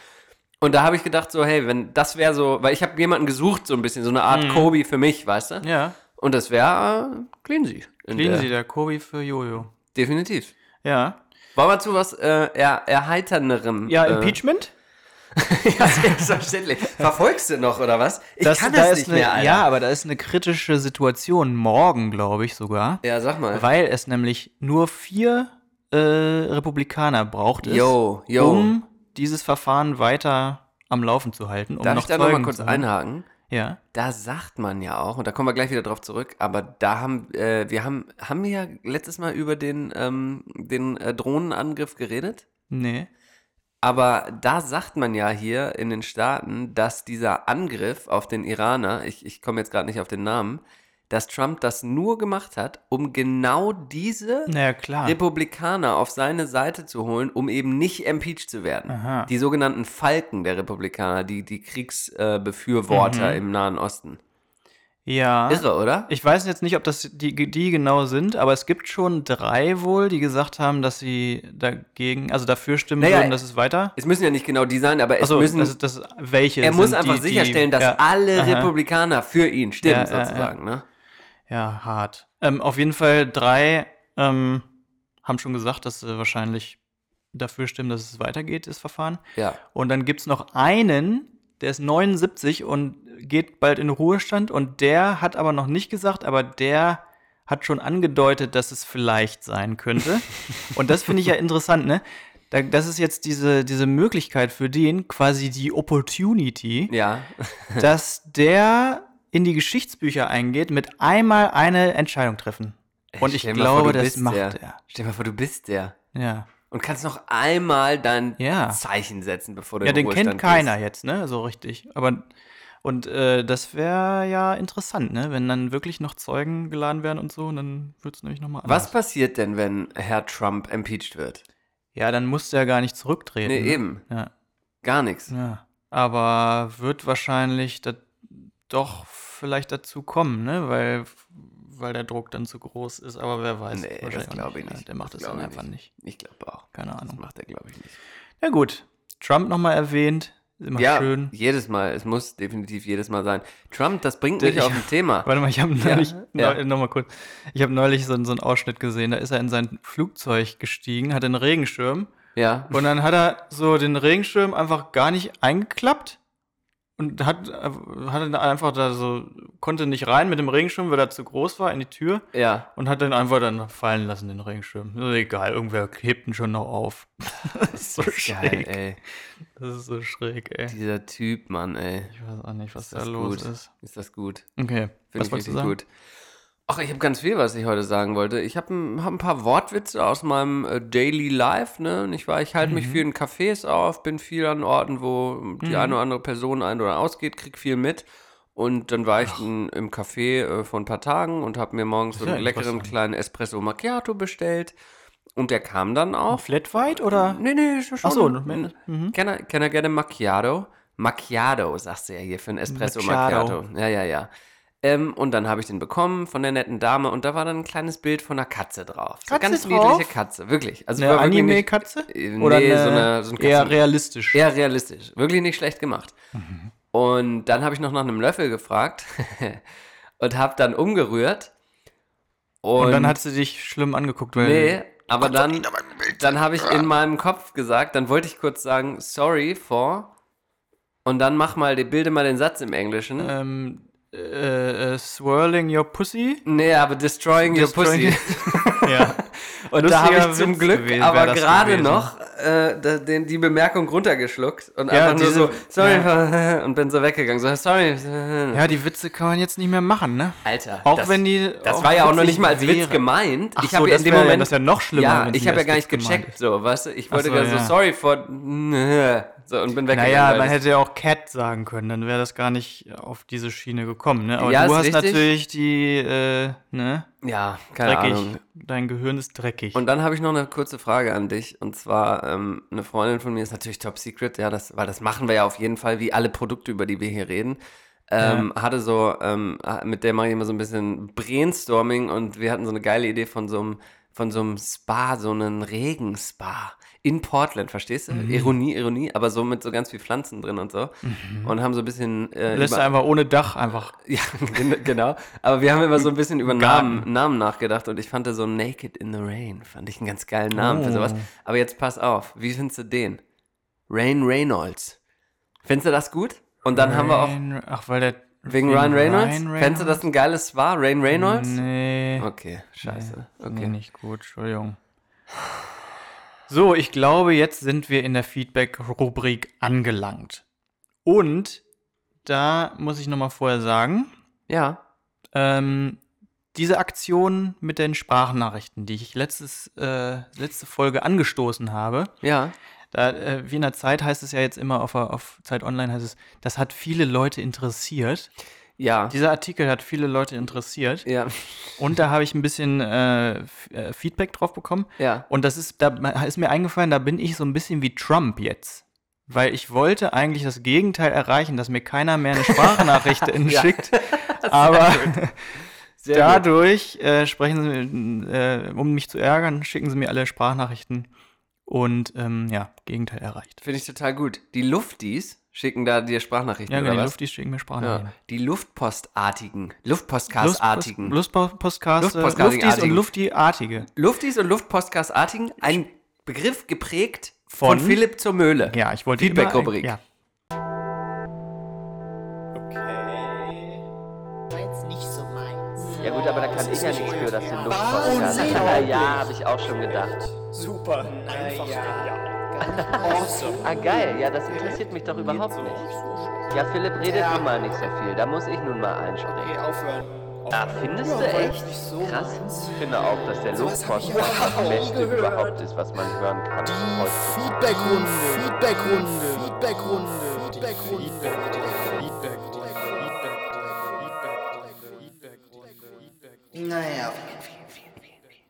C: Und da habe ich gedacht, so, hey, wenn das wäre so, weil ich habe jemanden gesucht, so ein bisschen, so eine Art Kobe für mich, weißt du?
B: Mhm. Ja.
C: Und das wäre äh, Cleansy. In der-
B: Cleansy, der Kobi für Jojo.
C: Definitiv.
B: Ja.
C: Wollen wir zu was äh, eher erheiternderem?
B: Ja,
C: äh,
B: Impeachment?
C: ja, selbstverständlich. Verfolgst du noch, oder was? Ich
B: Das-
C: kann
B: da
C: das
B: ist
C: nicht
B: eine,
C: mehr, Alter.
B: Ja, aber da ist eine kritische Situation morgen, glaube ich sogar.
C: ja, sag mal.
B: Weil es nämlich nur vier äh, Republikaner braucht es,
C: Yo, yo.
B: um dieses Verfahren weiter am Laufen zu halten. Um
C: Darf
B: noch
C: ich da nochmal
B: Zeugen
C: kurz
B: zu haben.
C: einhaken?
B: Ja.
C: Da sagt man ja auch, und da kommen wir gleich wieder drauf zurück, aber da haben äh, wir haben, haben wir ja letztes Mal über den, ähm, den äh, Drohnenangriff geredet.
B: Nee.
C: Aber da sagt man ja hier in den Staaten, dass dieser Angriff auf den Iraner, ich, ich komme jetzt gerade nicht auf den Namen, dass Trump das nur gemacht hat, um genau diese
B: Naja, klar.
C: Republikaner auf seine Seite zu holen, um eben nicht impeached zu werden.
B: Aha.
C: Die sogenannten Falken der Republikaner, die, die Kriegsbefürworter äh, Befürworter im Nahen Osten.
B: ja.
C: Irre, oder?
B: Mhm. Ah. Ich weiß jetzt nicht, ob das die, die genau sind, aber es gibt schon drei wohl, die gesagt haben, dass sie dagegen, also dafür stimmen
C: Naja,
B: würden, dass es weiter.
C: Es müssen ja nicht genau die sein, aber es
B: Achso,
C: müssen.
B: das ist das welche.
C: er muss
B: sind,
C: einfach
B: die,
C: sicherstellen,
B: die,
C: dass
B: ja,
C: alle
B: Aha.
C: Republikaner für ihn
B: Ja,
C: stimmen,
B: ja, ja.
C: sozusagen. Ne?
B: Ja, hart. Ähm, auf jeden Fall drei ähm, haben schon gesagt, dass sie wahrscheinlich dafür stimmen, dass es weitergeht, das Verfahren.
C: Ja.
B: Und dann gibt es noch einen, der ist 79 und geht bald in Ruhestand und der hat aber noch nicht gesagt, aber der hat schon angedeutet, dass es vielleicht sein könnte. und das finde ich ja interessant, ne? Da- Das ist jetzt diese, diese Möglichkeit für den, quasi die Opportunity,
C: Ja.
B: dass der in die Geschichtsbücher eingeht, mit einmal eine Entscheidung treffen. Und ich
C: Stell dir mal vor,
B: glaube,
C: du
B: das
C: bist
B: macht
C: der.
B: er.
C: Stell dir mal vor, du bist der.
B: Ja.
C: Und kannst noch einmal dein
B: Ja.
C: Zeichen setzen, bevor du
B: Ja,
C: in
B: den
C: Ruhestand
B: kennt keiner
C: Gehst.
B: jetzt, ne? So richtig. Aber und äh, das wäre ja interessant, ne? Wenn dann wirklich noch Zeugen geladen werden und so, und dann wird es nämlich nochmal anders.
C: Was passiert denn, wenn Herr Trump impeached wird?
B: Ja, dann muss der gar nicht zurücktreten.
C: Nee,
B: ne?
C: eben.
B: Ja.
C: Gar nichts.
B: ja. Aber wird wahrscheinlich da, doch vielleicht dazu kommen, ne? Weil, weil der Druck dann zu groß ist, aber wer weiß.
C: Nee, das
B: Wahrscheinlich auch
C: glaube ich
B: Ja,
C: nicht.
B: Der macht
C: Das
B: es dann
C: glaube ich
B: einfach nicht.
C: Ich glaube auch.
B: Keine
C: Das
B: Ahnung.
C: macht er, glaube ich, nicht.
B: Na gut. Trump nochmal erwähnt. Immer
C: ja,
B: schön.
C: jedes Mal. Es muss definitiv jedes Mal sein. Trump, das bringt
B: Der-
C: mich auf ein Thema.
B: Warte mal, ich habe neulich,
C: ja.
B: neu, noch mal kurz, ich habe neulich so, einen- so einen Ausschnitt gesehen, da ist er in sein Flugzeug gestiegen, hatte einen Regenschirm
C: Ja.
B: Und dann hat er so den Regenschirm einfach gar nicht eingeklappt und hat, hat dann einfach da so, konnte nicht rein mit dem Regenschirm, weil er zu groß war in die Tür
C: Ja.
B: und hat den einfach dann fallen lassen, den Regenschirm. Ist Egal, irgendwer hebt ihn schon noch auf. das ist so
C: Geil,
B: schräg.
C: ey.
B: das ist so schräg, ey.
C: Dieser Typ, Mann, ey.
B: Ich weiß auch nicht, was
C: Ist
B: da
C: das
B: los
C: gut?
B: ist.
C: Ist das gut?
B: Okay,
C: Finde
B: was wolltest
C: ich
B: du
C: richtig
B: sagen?
C: gut. Ach, ich habe ganz viel, was ich heute sagen wollte. Ich habe ein, hab ein paar Wortwitze aus meinem äh, Daily Life, ne? Nicht wahr? Ich halte mich
B: Mhm.
C: viel in Cafés auf, bin viel an Orten, wo die eine oder andere Person ein- oder ausgeht, krieg viel mit. Und dann war ich in, im Café äh, vor ein paar Tagen und habe mir morgens so
B: ja
C: einen leckeren
B: interessant.
C: kleinen Espresso Macchiato bestellt. Und der kam dann auch.
B: Flat White oder?
C: Nee, nee, schon.
B: Ach so,
C: Can,
B: Moment.
C: I, can I get a macchiato? Macchiato, sagst du ja hier für ein Espresso
B: Macchiato.
C: macchiato. Ja, ja, ja. Ähm, und dann habe ich den bekommen von der netten Dame und da war dann ein kleines Bild von einer Katze drauf. So
B: Katze
C: ganz
B: drauf?
C: niedliche Katze, wirklich. Also
B: Eine
C: war wirklich nicht-
B: Anime-Katze?
C: Äh,
B: Oder
C: nee,
B: eine
C: so eine- so ein
B: eher
C: Katzen-
B: realistisch?
C: Eher realistisch. Wirklich nicht schlecht gemacht.
B: Mhm.
C: Und dann habe ich noch nach einem Löffel gefragt und habe dann umgerührt.
B: Und, dann hat sie dich schlimm angeguckt, weil
C: Nee, aber dann, dann habe
B: Ah.
C: ich in meinem Kopf gesagt, dann wollte ich kurz sagen, sorry for. Und dann mach mal, die- bilde mal den Satz im Englischen.
B: ähm, äh, äh, swirling your pussy.
C: nee, aber destroying, your
B: Destroying-
C: pussy.
B: ja.
C: Und da habe
B: Lustiger
C: ich zum
B: Witz
C: Glück
B: gewesen, wär
C: aber
B: das
C: gerade
B: gewesen.
C: noch äh, da- den, die Bemerkung runtergeschluckt und
B: Ja,
C: einfach nur
B: diese-
C: so, sorry
B: ja.
C: for, und bin so weggegangen. So, sorry.
B: Ja, die Witze kann man jetzt nicht mehr machen, ne?
C: Alter.
B: Auch wenn die-
C: Das
B: auch
C: war ja auch noch
B: witzig
C: nicht mal als Witz
B: wäre.
C: gemeint.
B: Ach
C: ich
B: so,
C: habe ja
B: das
C: in dem
B: wär ja-
C: Moment.
B: das wär noch schlimmer,
C: Ja,
B: wenn's
C: ich
B: nur
C: habe ja
B: als
C: gar
B: Witz
C: nicht
B: gemeint
C: gecheckt, so, weißt du? Ich
B: Ach
C: wollte
B: so,
C: gerade so,
B: ja.
C: sorry for. So, und bin
B: Naja,
C: weggegangen. genau, weil
B: man
C: das-
B: hätte ja auch Cat sagen können, dann wäre das gar nicht auf diese Schiene gekommen, ne? Aber
C: Ja,
B: du
C: ist
B: hast
C: richtig.
B: natürlich die, äh, ne?
C: Ja, keine
B: Dreckig.
C: Ahnung.
B: Dein Gehirn ist dreckig.
C: Und dann habe ich noch eine kurze Frage an dich. Und zwar, ähm, eine Freundin von mir ist natürlich top secret, ja, das, weil das machen wir ja auf jeden Fall, wie alle Produkte, über die wir hier reden. Ähm, Hatte so, ähm, mit der mache ich immer so ein bisschen Brainstorming und wir hatten so eine geile Idee von so einem, von so einem Spa, so einem Regenspa in Portland, verstehst du? Ironie, Ironie, aber so mit so ganz viel Pflanzen drin und so. Und haben so ein bisschen. Äh,
B: Lässt
C: über-
B: einfach ohne Dach einfach.
C: ja, gen- genau. Aber wir haben immer so ein bisschen über Namen,
B: Garten.
C: Namen nachgedacht und ich fand da so Naked in the Rain, fand ich einen ganz geilen Namen für
B: Oh.
C: sowas. Aber jetzt pass auf, wie findest du den? Rain Reynolds. Findest du das gut? Und dann haben wir auch
B: Ryan- Ach, weil der.
C: wegen Ryan Reynolds. Findest du das ein geiles war? Rain Reynolds?
B: Nee.
C: Okay, scheiße.
B: Nee,
C: Okay.
B: nicht gut, Entschuldigung. So, ich glaube, jetzt sind wir in der Feedback-Rubrik angelangt. Und da muss ich nochmal vorher sagen,
C: Ja.
B: ähm, diese Aktion mit den Sprachnachrichten, die ich letztes, äh, letzte Folge angestoßen habe,
C: Ja.
B: da, äh, wie in der Zeit heißt es ja jetzt immer, auf, auf Zeit Online heißt es, das hat viele Leute interessiert.
C: Ja.
B: Dieser Artikel hat viele Leute interessiert.
C: Ja.
B: Und da habe ich ein bisschen äh, F- äh, Feedback drauf bekommen.
C: Ja.
B: Und das ist, da ist mir eingefallen, da bin ich so ein bisschen wie Trump jetzt. Weil ich wollte eigentlich das Gegenteil erreichen, dass mir keiner mehr eine Sprachnachricht schickt. Aber
C: Sehr gut.
B: dadurch äh, sprechen sie, äh, um mich zu ärgern, schicken sie mir alle Sprachnachrichten. Und ähm, ja, Gegenteil erreicht.
C: Finde ich total gut. Die Luftis schicken da dir Sprachnachrichten
B: Ja,
C: oder
B: genau, die
C: was?
B: Luftis schicken mir
C: Ja.
B: Sprachnachrichten.
C: Die luftpostartigen,
B: Lustpostkasten,
C: Luftpostcastartigen.
B: Lustpostkasten,
C: Lustpostkastigen-
B: äh, Luftis und Lufti-artige.
C: Artigen. Luftis und Luftpostcastartigen, ein Begriff geprägt von,
B: Von?
C: Philipp zur Möhle.
B: Ja, ich wollte immer-
C: Feedback-Rubrik.
B: Ja.
C: gut, aber da kann ich ja nichts für, dass den Luftpostcast. Ja, ja habe ich auch schon gedacht. Super. ah, geil. Ja, das interessiert mich doch überhaupt nicht. Ja, Philipp redet nun mal nicht so viel. Da muss ich nun mal einspringen. Okay, aufhören. Ah, findest du echt? Krass. Ich finde auch, dass der Luftpostcast das Beste überhaupt ist, was man hören kann.
F: Feedbackrunde, Feedbackrunde, Feedbackrunde, Feedbackrunde,
E: Naja,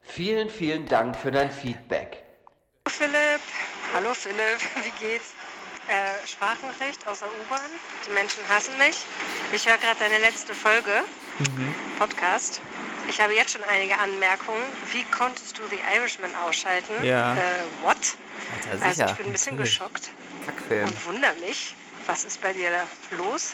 G: Vielen, vielen Dank für dein Feedback.
D: Philipp. Hallo Philipp, wie geht's? Äh, Sprachnachricht aus der U-Bahn. Die Menschen hassen mich. Ich höre gerade deine letzte Folge, Podcast. Ich habe jetzt schon einige Anmerkungen. Wie konntest du The Irishman ausschalten?
B: Ja.
D: Äh, what?
C: Alter,
D: Also ich bin ein bisschen geschockt
C: Kackfilm.
D: und wundere mich. was ist bei dir da los?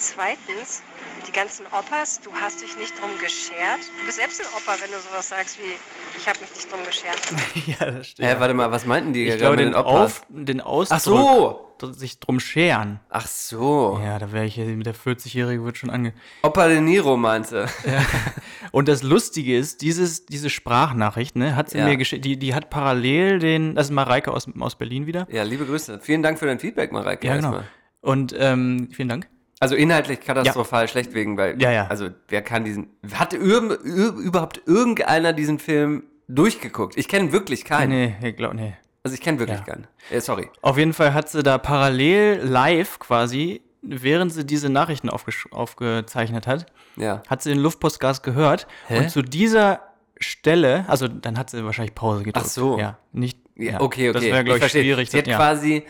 D: Zweitens, die ganzen Oppas, du hast dich nicht drum geschert. Du bist selbst ein Opa, wenn du sowas sagst wie, ich habe mich nicht drum geschert.
B: ja, das stimmt.
C: Hä, warte mal, was meinten die
B: ich glaube,
C: gerade mit
B: den,
C: den Oppas?
B: Auf, den Ausdruck,
C: Ach so.
B: dr- sich drum scheren.
C: Ach so.
B: Ja, da wäre ich, hier- der 40-Jährige wird schon ange...
C: Opa De Niro meinte.
B: Und das Lustige ist, dieses, diese Sprachnachricht, ne, hat sie
C: Ja.
B: mir geschickt, die, die hat parallel den, das ist Mareike aus, aus Berlin wieder.
C: Ja, liebe Grüße. Vielen Dank für dein Feedback, Mareike.
B: Ja, genau.
C: erstmal.
B: Und ähm, vielen Dank.
C: Also inhaltlich katastrophal schlecht wegen, weil.
B: Ja, ja.
C: Also, wer kann diesen. Hat irgend, ir- überhaupt irgendeiner diesen Film durchgeguckt? Ich kenne wirklich keinen.
B: Nee, ich glaub, nee.
C: Also, ich kenne wirklich
B: Ja.
C: keinen. Äh, sorry.
B: Auf jeden Fall hat sie da parallel live quasi, während sie diese Nachrichten aufgesch- aufgezeichnet hat,
C: Ja.
B: hat sie den Luftpostgas gehört.
C: Hä?
B: Und zu dieser Stelle, also dann hat sie wahrscheinlich Pause gedrückt.
C: Ach so.
B: Ja, nicht.
C: Ja,
B: ja.
C: Okay, okay.
B: Das wäre, glaube ich,
C: verstehe.
B: schwierig.
C: Sie
B: das-
C: hat quasi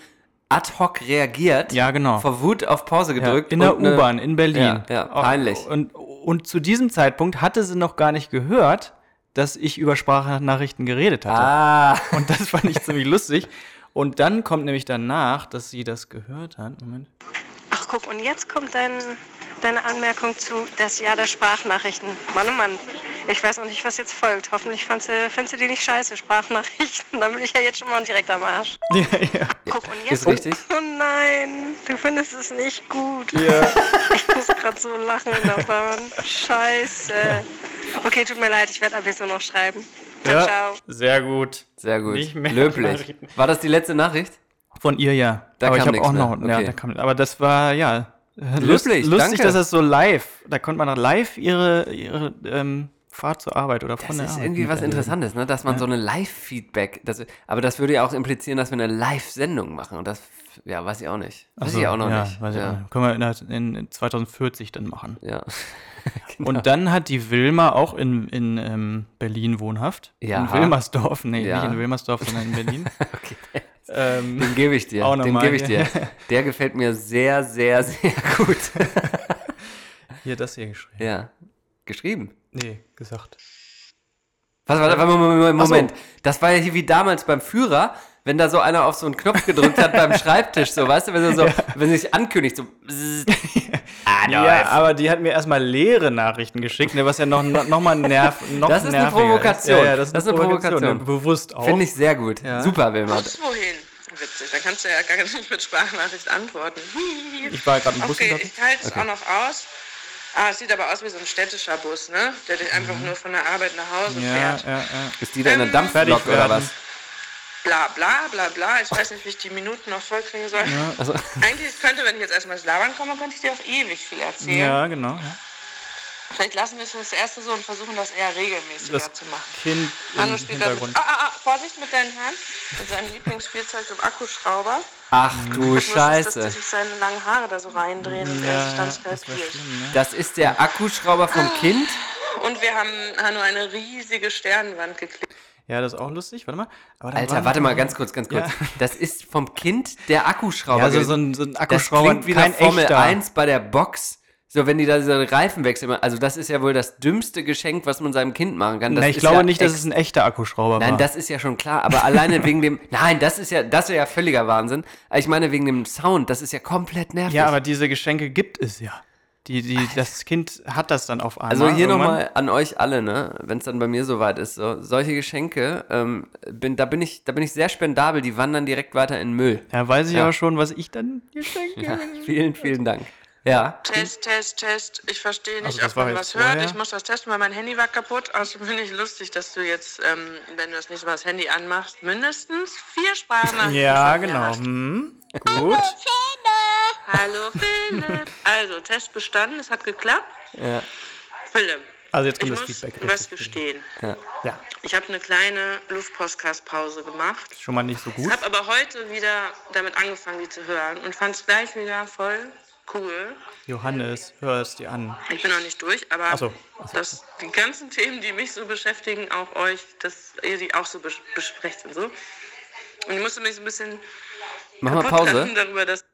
C: ad hoc reagiert.
B: Ja, genau.
C: Vor Wut auf Pause
B: ja,
C: gedrückt.
B: in der
C: und eine-
B: U-Bahn in Berlin.
C: Ja, ja,
B: Auch-
C: peinlich.
B: Und, und zu diesem Zeitpunkt hatte sie noch gar nicht gehört, dass ich über Sprachnachrichten geredet hatte.
C: Ah.
B: Und das fand ich ziemlich lustig. Und dann kommt nämlich danach, dass sie das gehört hat. Moment.
D: Ach guck, und jetzt kommt dein, deine Anmerkung zu das Jahr der Sprachnachrichten. Mann, oh Mann, ich weiß noch nicht, was jetzt folgt. Hoffentlich fandst du, findest du die nicht scheiße, Sprachnachrichten. Dann bin ich ja jetzt schon mal direkt am Arsch.
B: Ja, ja.
D: Guck, und jetzt...
C: Ist richtig.
D: Oh nein, du findest es nicht gut. Ich muss gerade so lachen in der Bahn. Scheiße. Okay, tut mir leid, ich werde ab jetzt nur noch schreiben. Ciao, ciao.
B: Sehr gut.
C: Sehr gut.
B: Nicht mehr
C: Löblich.
B: Nachrichten.
C: War das die letzte Nachricht?
B: Von ihr ja.
C: Da
B: aber
C: kam
B: ich
C: nichts
B: habe auch noch.
C: mehr.
B: Ja,
C: Okay.
B: da kam, aber das war ja äh, lust,
C: Löblich,
B: lustig,
C: danke.
B: dass das so live. Da konnte man live ihre, ihre ähm, Fahrt zur Arbeit oder von
C: Das
B: der
C: ist
B: Arbeit
C: irgendwie was
B: miterleben.
C: Interessantes, ne? dass man so eine Live-Feedback, das, aber das würde ja auch implizieren, dass wir eine Live-Sendung machen und das, ja, weiß ich auch nicht. Weiß
B: Also,
C: ich auch noch
B: ja,
C: nicht.
B: Weiß ich
C: ja.
B: auch nicht. Können wir in, der- in, in 2040 dann machen.
C: Ja. Genau.
B: Und dann hat die Wilma auch in, in ähm, Berlin wohnhaft.
C: Ja.
B: In Wilmersdorf. Nee,
C: Ja.
B: nicht in Wilmersdorf, sondern in Berlin. ähm,
C: Den gebe ich dir.
B: Auch noch
C: den
B: mal,
C: gebe ich
B: ja.
C: dir. Der gefällt mir sehr, sehr, sehr gut.
B: hier das hier geschrieben.
C: ja. Geschrieben.
B: Nee, gesagt.
C: Was war das? Moment, Moment,
B: Ach so.
C: Moment. Das war ja hier wie damals beim Führer, wenn da so einer auf so einen Knopf gedrückt hat beim Schreibtisch, so, weißt du, wenn er so, wenn sich ankündigt, so. bzzzt. Adolf.
B: Ja, aber die hat mir erstmal leere Nachrichten geschickt, ne, was ja noch, noch, noch mal nerv, noch
C: Das ist eine
B: nerviger
C: Provokation.
B: Ja, ja, das, ist eine Provokation.
C: Provokation.
B: ne, Bewusst auch.
C: Finde ich sehr gut. Super, Wilma.
H: Wohin? Witzig, dann kannst du ja gar nicht mit Sprachnachricht antworten.
B: Ich war gerade im Bus
H: Okay,
B: unterwegs.
H: ich halte es auch noch aus. Ah, es sieht aber aus wie so ein städtischer Bus, ne? Der dich einfach nur von der Arbeit nach Hause
B: Mhm. ja,
H: fährt.
B: ja, ja.
C: Ist die da in der
B: Fertig
C: Dampflok oder
B: werden.
C: was?
H: Bla bla bla bla. Ich weiß nicht, wie ich die Minuten noch vollkriegen soll.
C: Also,
H: Eigentlich könnte, wenn ich jetzt erstmal ins Labern komme, könnte ich dir auch ewig viel erzählen.
B: Ja, genau. ja.
H: Vielleicht lassen wir es für das erste so und versuchen, das eher regelmäßiger
B: Das
H: zu machen.
B: Kind im
H: Hanno spielt das mit,
B: Hintergrund.
H: ah, ah, ah, Vorsicht mit deinen Haaren, mit seinem Lieblingsspielzeug, dem Akkuschrauber.
C: Ach du
H: Bloß nicht, dass die
C: Scheiße.
H: sich seine langen Haare da so reindrehen und er sich dann skalpiert.
B: ne?
C: Das ist der Akkuschrauber vom Kind?
H: Und wir haben Hanno eine riesige Sternwand geklebt.
B: Ja, das ist auch lustig. Warte mal. Aber dann
C: Alter,
B: waren-
C: warte mal ganz kurz, ganz kurz.
B: Ja.
C: Das ist vom Kind der Akkuschrauber.
B: Ja, so,
C: gewesen.
B: so ein, so ein
C: das
B: Akkuschrauber,
C: klingt wie der Formel 1 bei der Box. So, wenn die da diese Reifen wechseln. Also, das ist ja wohl das dümmste Geschenk, was man seinem Kind machen kann. Das
B: Nein, ich
C: ist
B: glaube
C: ja
B: nicht, dass
C: ex-
B: es ein echter Akkuschrauber war.
C: Nein, das ist ja schon klar, aber alleine wegen dem. Nein, das ist ja, das wäre ja völliger Wahnsinn. Ich meine, wegen dem Sound, das ist ja komplett nervig.
B: ja, aber diese Geschenke gibt es ja. Die, die, das Kind hat das dann auf einmal.
C: Also hier
B: irgendwann.
C: nochmal an euch alle, ne? Wenn es dann bei mir soweit ist, so, solche Geschenke, ähm, bin, da bin ich, da bin ich sehr spendabel. Die wandern direkt weiter in Müll.
B: Ja, weiß ich
C: Ja.
B: aber schon, was ich dann geschenke.
C: Ja, vielen, vielen Dank. Ja,
H: Test, Test, Test. Ich verstehe
B: Also
H: nicht,
B: das
H: ob
B: war
H: man
B: jetzt
H: was hört.
B: vorher.
H: Ich muss das testen, weil mein Handy war kaputt. Außerdem finde ich lustig, dass du jetzt, ähm, wenn du das nächste Mal das Handy anmachst, mindestens vier Sprachnachrichten
B: Ja,
H: von mir
B: genau.
H: hast.
B: Hm, gut.
H: Hallo Philipp. Also, Test bestanden, es hat geklappt.
C: Ja.
H: Philipp,
B: Also jetzt
H: ich
B: kommt das
H: muss
B: Feedback.
H: was
B: richtig.
H: gestehen.
B: Ja,
H: Ich habe eine kleine Luftpostcast-Pause gemacht.
B: ist schon mal nicht so gut.
H: Hab aber heute wieder damit angefangen, die zu hören und fand es gleich wieder voll cool.
B: Johannes, hör es dir an.
H: Ich bin noch nicht durch, aber
B: Ach so. Ach so.
H: dass die ganzen Themen, die mich so beschäftigen, auch euch, dass ihr die auch so bes besprecht und so. Und ich musste mich so ein bisschen
C: mach mal
H: kaputt
C: Pause.
H: lachen darüber, dass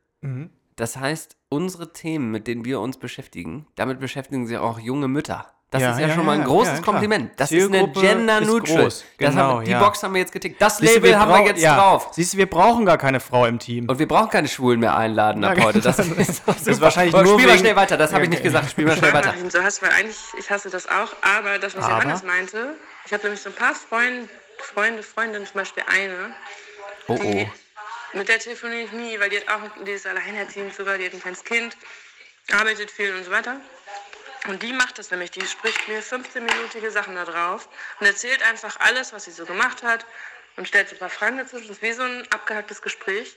C: Das heißt, unsere Themen, mit denen wir uns beschäftigen, damit beschäftigen sich auch junge Mütter. Das
B: Ja,
C: ist ja,
B: ja,
C: schon mal
B: ja,
C: ein großes
B: ja, klar.
C: Kompliment. Das
B: Zielgruppe
C: ist eine Gender
B: ist
C: Neutral.
B: groß.
C: Das haben,
B: Genau,
C: wir- die
B: ja.
C: Box haben wir jetzt getickt. Das
B: Siehst du,
C: Label haben wir
B: brau-
C: jetzt
B: ja.
C: drauf.
B: Siehst du, wir brauchen gar keine Frau im Team.
C: Und wir brauchen keine Schwulen mehr einladen ab
B: Ja,
C: heute. Das
B: genau.
C: ist,
B: Das ist wahrscheinlich nur
C: Spiel mal
B: wegen-
C: schnell weiter. Das habe ich
B: Ja,
C: nicht
B: okay.
C: gesagt. Spiel mal schnell weiter.
H: Marvin, so hast, weil eigentlich, ich hasse das auch, aber das, was
B: Aber?
H: Johannes meinte, ich habe nämlich so ein paar Freund, Freunde, Freundinnen, zum Beispiel eine,
C: Oh oh.
H: die, mit der telefoniere ich nie, weil die hat auch, die ist alleinerziehend sogar, die hat ein kleines Kind, arbeitet viel und so weiter. Und die macht das nämlich, die spricht mir 15-minütige Sachen da drauf und erzählt einfach alles, was sie so gemacht hat und stellt so ein paar Fragen dazwischen. Das ist wie so ein abgehacktes Gespräch.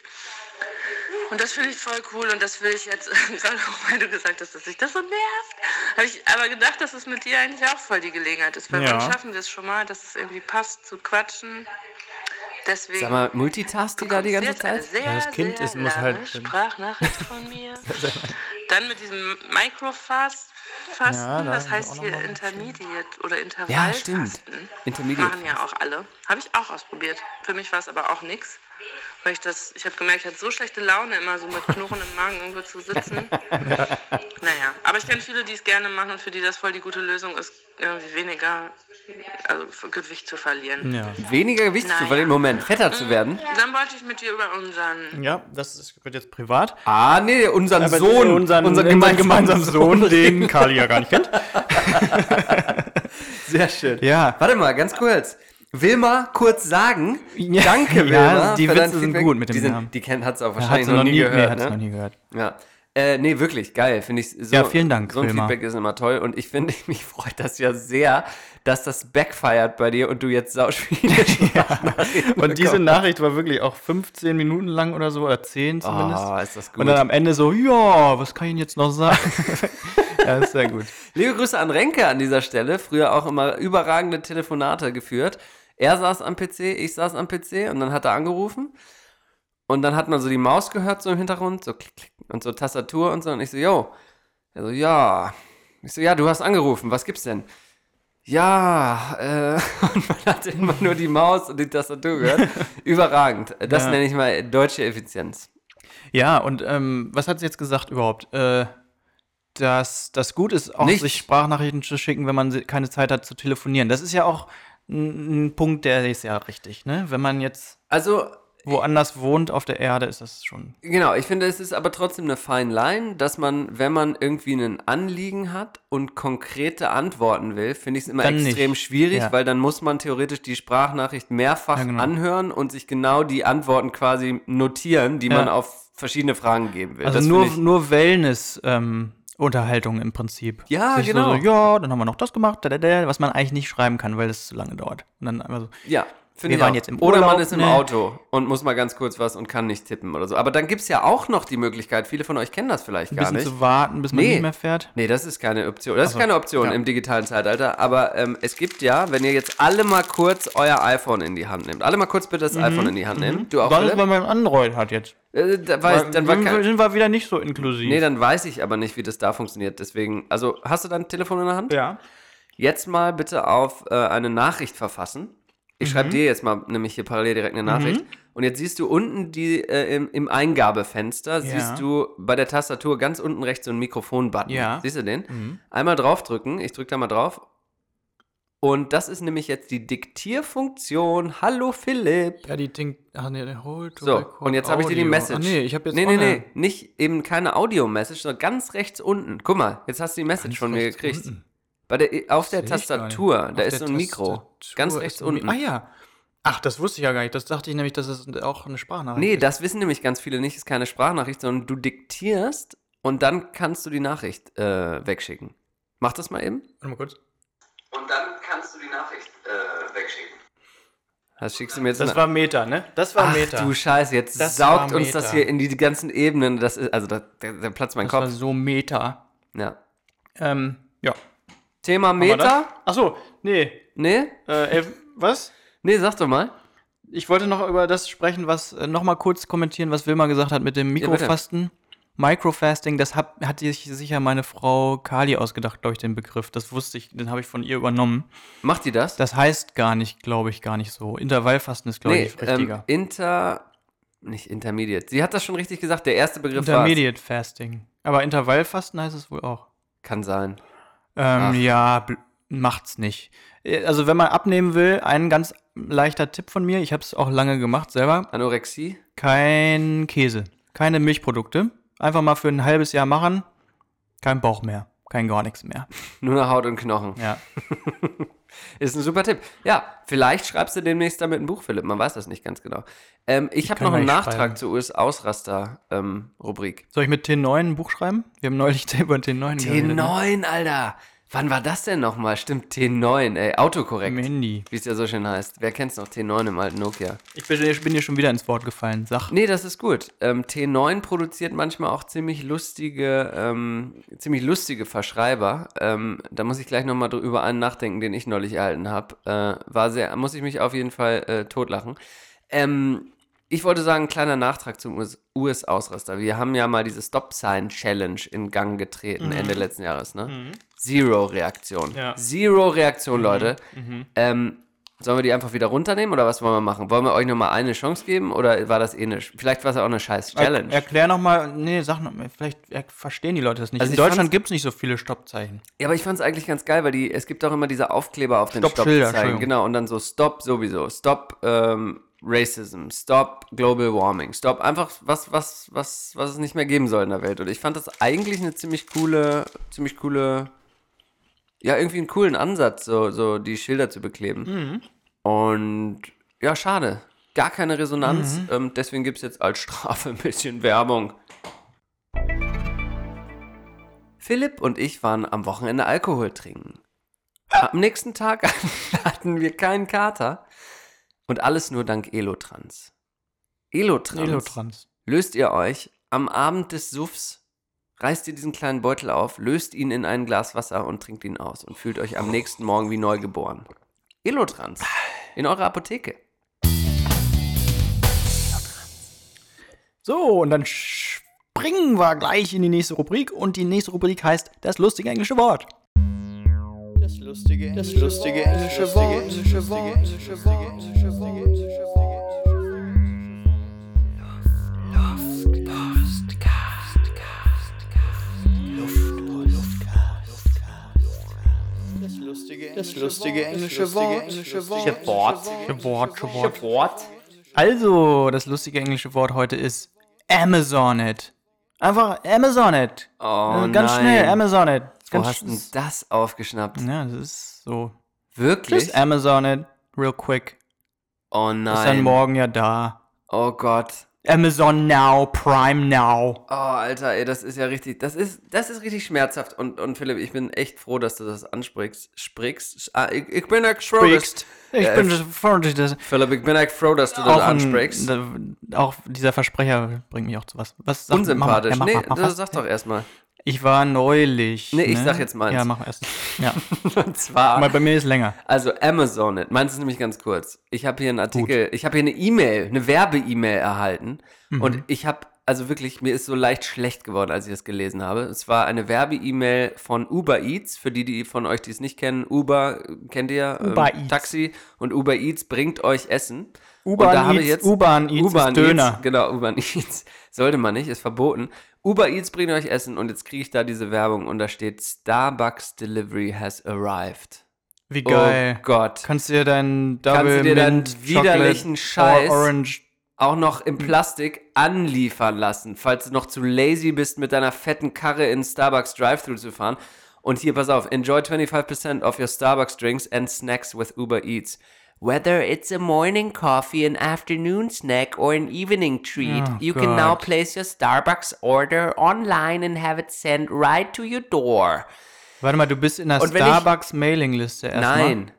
H: Und das finde ich voll cool und das will ich jetzt, gerade auch weil du gesagt hast, dass sich das so nervt, habe ich aber gedacht, dass es mit dir eigentlich auch voll die Gelegenheit ist, weil
B: Ja.
H: wir schaffen das schon mal, dass es irgendwie passt zu quatschen. Deswegen
C: Sag mal, multitask die da die ganze
H: jetzt eine
C: Zeit?
H: Sehr,
B: Ja, das Kind
H: sehr
B: ist- muss
H: lange
B: halt-
H: Sprachnachricht von mir. Dann mit diesem Microfast fasten,
B: Ja, da
H: das
B: haben wir
H: heißt
B: auch noch
H: hier
B: mal was
H: Intermediate oder Intervall.
C: Ja, stimmt.
H: Fasten.
C: Intermediate
H: Machen ja auch alle. Habe ich auch ausprobiert. Für mich war es aber auch nichts. Weil ich das, ich habe gemerkt, ich hatte so schlechte Laune, immer so mit Knurren im Magen irgendwo zu sitzen. naja, aber ich kenne viele, die es gerne machen und für die das voll die gute Lösung ist, irgendwie weniger also für Gewicht zu verlieren.
B: Ja.
C: Weniger wichtig,
H: Naja.
C: weil im Moment fetter zu werden.
H: Dann wollte ich mit dir über unseren
B: ja, das ist, wird jetzt privat.
C: Ah, nee, unseren
B: Aber
C: Sohn.
B: unseren, unseren gemeinsamen, Sohn, den Carly ja gar nicht kennt.
C: Sehr schön.
B: Ja.
C: Warte mal, ganz kurz. Wilma kurz sagen,
B: Ja.
C: danke
B: Ja,
C: Wilma.
B: die
C: für
B: Witze
C: dein
B: sind
C: Feedback.
B: gut mit dem
C: die
B: Namen.
C: Die kennt, hat es auch
B: Hat
C: wahrscheinlich
B: sie
C: noch nie gehört.
B: hat's
C: ne?
B: noch nie gehört.
C: Ja. Äh, nee, wirklich geil, finde ich. So,
B: Ja, vielen Dank,
C: So ein
B: Wilma.
C: Feedback ist immer toll und ich finde, mich freut das ja sehr, dass das backfired bei dir und du jetzt sauspielst.
B: Und diese Nachricht war wirklich auch 15 Minuten lang oder so, oder 10 zumindest.
C: Ah, ist das gut.
B: Und dann am Ende so, ja, was kann ich Ihnen jetzt noch sagen? ja, ist sehr gut.
C: Liebe Grüße an Renke an dieser Stelle. Früher auch immer überragende Telefonate geführt. Er saß am PC, ich saß am PC und dann hat er angerufen. Und dann hat man so die Maus gehört, so im Hintergrund, so klick, klick und so Tastatur und so. Und ich so, yo. Er so, ja. Ich so, ja, du hast angerufen, was gibt's denn? Ja, äh, und man hat immer nur die Maus und die Tastatur gehört. Überragend. Das
B: Ja.
C: nenne ich mal deutsche Effizienz.
B: Ja, und ähm, was hat sie jetzt gesagt überhaupt? Äh, dass das gut ist, auch
C: Nichts.
B: sich Sprachnachrichten zu schicken, wenn man se- keine Zeit hat zu telefonieren. Das ist ja auch ein, ein Punkt, der ist ja richtig, ne? Wenn man jetzt
C: Also,
B: woanders wohnt auf der Erde, ist das schon.
C: Genau, ich finde, es ist aber trotzdem eine fine line, dass man, wenn man irgendwie ein Anliegen hat und konkrete Antworten will, finde ich es immer
B: Dann nicht.
C: extrem schwierig,
B: Ja.
C: weil dann muss man theoretisch die Sprachnachricht mehrfach
B: Ja, genau.
C: anhören und sich genau die Antworten quasi notieren, die
B: Ja.
C: man auf verschiedene Fragen geben will.
B: Also
C: Das
B: nur,
C: finde ich-
B: nur Wellness-Unterhaltung im Prinzip.
C: Ja,
B: Sich so-
C: genau.
B: So, ja, dann haben wir noch das gemacht, da, da, da, was man eigentlich nicht schreiben kann, weil es zu lange dauert. Und dann einfach so.
C: Ja,
B: Wir
C: finde ich
B: waren
C: auch.
B: jetzt im
C: Oder man
B: Urlaub,
C: ist im
B: ne?
C: Auto und muss mal ganz kurz was und kann nicht tippen oder so. Aber dann gibt es ja auch noch die Möglichkeit, viele von euch kennen das vielleicht
B: Ein
C: gar
B: bisschen
C: nicht.
B: zu warten, bis man
C: Nee.
B: nicht mehr fährt.
C: Nee, das ist keine Option. Das
B: so,
C: ist keine Option
B: ja.
C: im digitalen Zeitalter. Aber ähm, es gibt ja, wenn ihr jetzt alle mal kurz euer iPhone in die Hand nehmt. Alle mal kurz bitte das iPhone in die Hand nehmen. Du auch,
B: Das Mhm. ist,
C: Philipp?
B: weil man Android hat jetzt.
C: Äh, da weiß,
B: Weil-
C: dann war
B: sind wir-
C: kein,
B: sind wir wieder nicht so inklusiv.
C: Nee, dann weiß ich aber nicht, wie das da funktioniert. Deswegen, also hast du dein Telefon in der Hand?
B: ja.
C: Jetzt mal bitte auf äh, eine Nachricht verfassen. Ich
B: Mhm.
C: schreibe dir jetzt mal nämlich hier parallel direkt eine Nachricht. Und jetzt siehst du unten die äh, im, im Eingabefenster, siehst du bei der Tastatur ganz unten rechts so einen Mikrofon-Button.
B: Ja. Mhm.
C: Siehst du den? Einmal draufdrücken. Ich drücke da mal drauf. Und das ist nämlich jetzt die Diktierfunktion. Hallo Philipp.
B: Ja, die Ding. Ach nee, der holt.
C: So, und jetzt habe ich dir die Message.
B: Ach nee, ich habe jetzt.
C: Nee, nee,
B: ohne-
C: nee. Nicht eben keine Audio-Message, sondern ganz rechts unten. Guck mal, jetzt hast du die Message von mir
B: rechts
C: gekriegt.
B: unten.
C: Bei der, auf der
B: Seh ich gar nicht.
C: Tastatur,
B: Auf
C: da
B: der
C: ist so ein Mikro.
B: Tastatur
C: Ganz
B: ist
C: rechts
B: so ein Mi-
C: unten.
B: Ah ja. Ach, das wusste ich ja gar nicht. Das dachte ich nämlich, dass es auch eine Sprachnachricht
C: Nee,
B: ist.
C: das wissen nämlich ganz viele nicht, ist keine Sprachnachricht, sondern du diktierst und dann kannst du die Nachricht äh, wegschicken. Mach das mal eben.
B: Warte mal kurz.
C: Und dann kannst du die Nachricht wegschicken. Das schickst du mir jetzt
B: Das
C: eine-
B: war Meta, ne? Das war
C: Ach
B: Meta.
C: du Scheiße, jetzt
B: Das
C: saugt
B: war
C: uns das
B: Meta.
C: hier in die ganzen Ebenen. Das ist, also da, da, da platzt mein
B: das war
C: Kopf.
B: so Meta.
C: Ja.
B: Ähm, ja.
C: Thema Meta?
B: Achso, nee.
C: Nee?
B: Äh, elf- was?
C: Nee, sag doch mal.
B: Ich wollte noch über das sprechen, was äh, noch mal kurz kommentieren, was Wilma gesagt hat mit dem
C: bitte.
B: Mikrofasten. Microfasting, das hab, hat sich sicher meine Frau Kali ausgedacht, glaube ich, den Begriff. Das wusste ich, den habe ich von ihr übernommen.
C: Macht die das?
B: Das heißt gar nicht, glaube ich, gar nicht so. Intervallfasten ist, glaube
C: nee,
B: ich,
C: ähm,
B: richtiger.
C: Inter. Nicht Intermediate. Sie hat das schon richtig gesagt. Der erste Begriff war.
B: Intermediate Fasting. Aber Intervallfasten heißt es wohl auch.
C: Kann sein.
B: Ähm,
C: Ach.
B: ja, bl- macht's nicht. Äh, Also wenn man abnehmen will, ein ganz leichter Tipp von mir, ich habe es auch lange gemacht selber,
C: Anorexie?
B: kein Käse, keine Milchprodukte. Einfach mal für ein halbes Jahr machen, kein Bauch mehr, kein gar nichts mehr.
C: Nur noch Haut und Knochen.
B: Ja.
C: Ist ein super Tipp. Ja, vielleicht schreibst du demnächst damit ein Buch, Philipp. Man weiß das nicht ganz genau. Ähm, ich habe
B: kann
C: noch einen
B: man nicht
C: Nachtrag
B: schreiben.
C: zur ähm, US-Ausraster-Rubrik.
B: Soll ich mit T9 ein Buch schreiben? Wir haben neulich über T9 geredet, ne?
C: T9, Alter. Wann war das denn nochmal? Stimmt, T9, ey. Autokorrekt.
B: Im Handy.
C: Wie es ja so schön heißt. Wer kennt's noch? T9 im alten Nokia.
B: Ich bin, ich bin dir schon wieder ins Wort gefallen. Sag.
C: Nee, das ist gut. Ähm, T9 produziert manchmal auch ziemlich lustige, ähm, ziemlich lustige Verschreiber. Ähm, da muss ich gleich nochmal drüber einen nachdenken, den ich neulich erhalten habe. Äh, war sehr, muss ich mich auf jeden Fall äh, totlachen. Ähm, ich wollte sagen, ein kleiner Nachtrag zum US- US-Ausraster. Wir haben ja mal diese Stop-Sign-Challenge in Gang getreten, Ende letzten Jahres, ne? Zero-Reaktion.
B: Mhm. Ja. Mhm.
C: Zero-Reaktion, Leute. Ähm, Sollen wir die einfach wieder runternehmen oder was wollen wir machen? Wollen wir euch nochmal eine Chance geben oder war das eh eine? Vielleicht war es ja auch eine scheiß Challenge.
B: Er, erklär nochmal, nee, sag nochmal, vielleicht er, verstehen die Leute das nicht.
C: Also
B: in
C: ich
B: Deutschland
C: fand's-
B: gibt es nicht so viele Stoppzeichen.
C: ja, aber ich fand es eigentlich ganz geil, weil die, es gibt auch immer diese Aufkleber auf den
B: Stoppschilder,
C: Stoppzeichen.
B: Entschuldigung.
C: Genau, und dann so Stop sowieso, Stop ähm, Racism, Stop Global Warming, Stop einfach was, was, was, was es nicht mehr geben soll in der Welt. Und ich fand das eigentlich eine ziemlich coole, ziemlich coole, ja, irgendwie einen coolen Ansatz, so, so die Schilder zu bekleben.
B: Mhm.
C: Und ja, schade. Gar keine Resonanz.
B: Mhm.
C: Ähm, deswegen gibt es jetzt als Strafe ein bisschen Werbung. Philipp und ich waren am Wochenende Alkohol trinken. Am nächsten Tag hatten wir keinen Kater. Und alles nur dank Elotrans. Elotrans.
B: Elotrans.
C: Löst ihr euch am Abend des Suffs, reißt ihr diesen kleinen Beutel auf, löst ihn in ein Glas Wasser und trinkt ihn aus und fühlt euch am nächsten Morgen wie neugeboren. Elotrans. In eurer Apotheke.
B: So, und dann springen wir gleich in die nächste Rubrik und die nächste Rubrik heißt das lustige englische Wort.
F: Das lustige, das lustige englische Wort. Englische Wort. Englische Wort. Englische Wort. Englische Wort. Das lustige, das lustige englische Wort. Englische Wort. Englische Wort.
B: Wort, Wort. Also, das lustige englische Wort heute ist Amazon it. Einfach Amazon it.
C: Oh,
B: Äh, Ganz
C: nein.
B: schnell, Amazon it.
C: Wo
B: Ganz
C: hast du denn
B: sch-
C: das aufgeschnappt?
B: Ja, das ist so.
C: Wirklich?
B: Just Amazon it, real quick.
C: Oh
B: Ist dann
C: nein.
B: morgen ja da.
C: Oh Gott.
B: Amazon now, Prime now.
C: Oh, Alter, ey, das ist ja richtig, das ist, das ist richtig schmerzhaft. Und, und Philipp, ich bin echt froh, dass du das ansprichst. Sprichst. Ah, ich, ich bin echt froh, dass,
B: Sprichst. Ich
C: Äh,
B: bin verantwortlich, dass
C: Philipp, ich bin echt froh, dass du das
B: auch, ein-
C: ansprichst.
B: da- auch dieser Versprecher bringt mich auch zu was. was sag-
C: Unsympathisch.
B: Mach mal, ja,
C: nee,
B: mach, mach, mach,
C: das sag doch erstmal.
B: Ich war neulich.
C: Nee, ich
B: ne?
C: sag jetzt meins.
B: Ja, mach erst. Ja.
C: Und zwar.
B: Aber bei mir ist länger.
C: Also Amazon it. Meins ist nämlich ganz kurz. Ich habe hier einen Artikel, ich habe hier eine E-Mail, eine Werbe-E-Mail erhalten.
B: Mhm.
C: Und ich habe, also wirklich, mir ist so leicht schlecht geworden, als ich das gelesen habe. Es war eine Werbe-E-Mail von Uber Eats, für die, die von euch, die es nicht kennen. Uber, äh, kennt ihr?
B: Uber Eats.
C: Taxi und Uber Eats bringt euch Essen.
B: U-Bahn
C: Und da habe ich
B: Eats,
C: jetzt-
B: U-Bahn Eats
C: U-Bahn
B: ist Döner.
C: Genau, Uber Eats. Sollte man nicht, ist verboten. Uber Eats bringt euch Essen und jetzt kriege ich da diese Werbung und da steht Starbucks Delivery has arrived.
B: Wie geil.
C: Oh Gott.
B: Kannst du dir deinen Double
C: Kannst du dir deinen
B: Mint
C: widerlichen
B: Chocolate
C: Scheiß-
B: or Orange
C: auch noch im Plastik anliefern lassen, falls du noch zu lazy bist, mit deiner fetten Karre in Starbucks Drive-Thru zu fahren. Und hier, pass auf, enjoy 25% of your Starbucks drinks and snacks with Uber Eats. Whether it's a morning coffee, an afternoon snack or an evening treat,
B: Oh,
C: you can now
B: God.
C: place your Starbucks order online and have it sent right to your door.
B: Warte mal, du bist in der
C: Und wenn ich-
B: Starbucks Mailingliste erstmal.
C: Nein,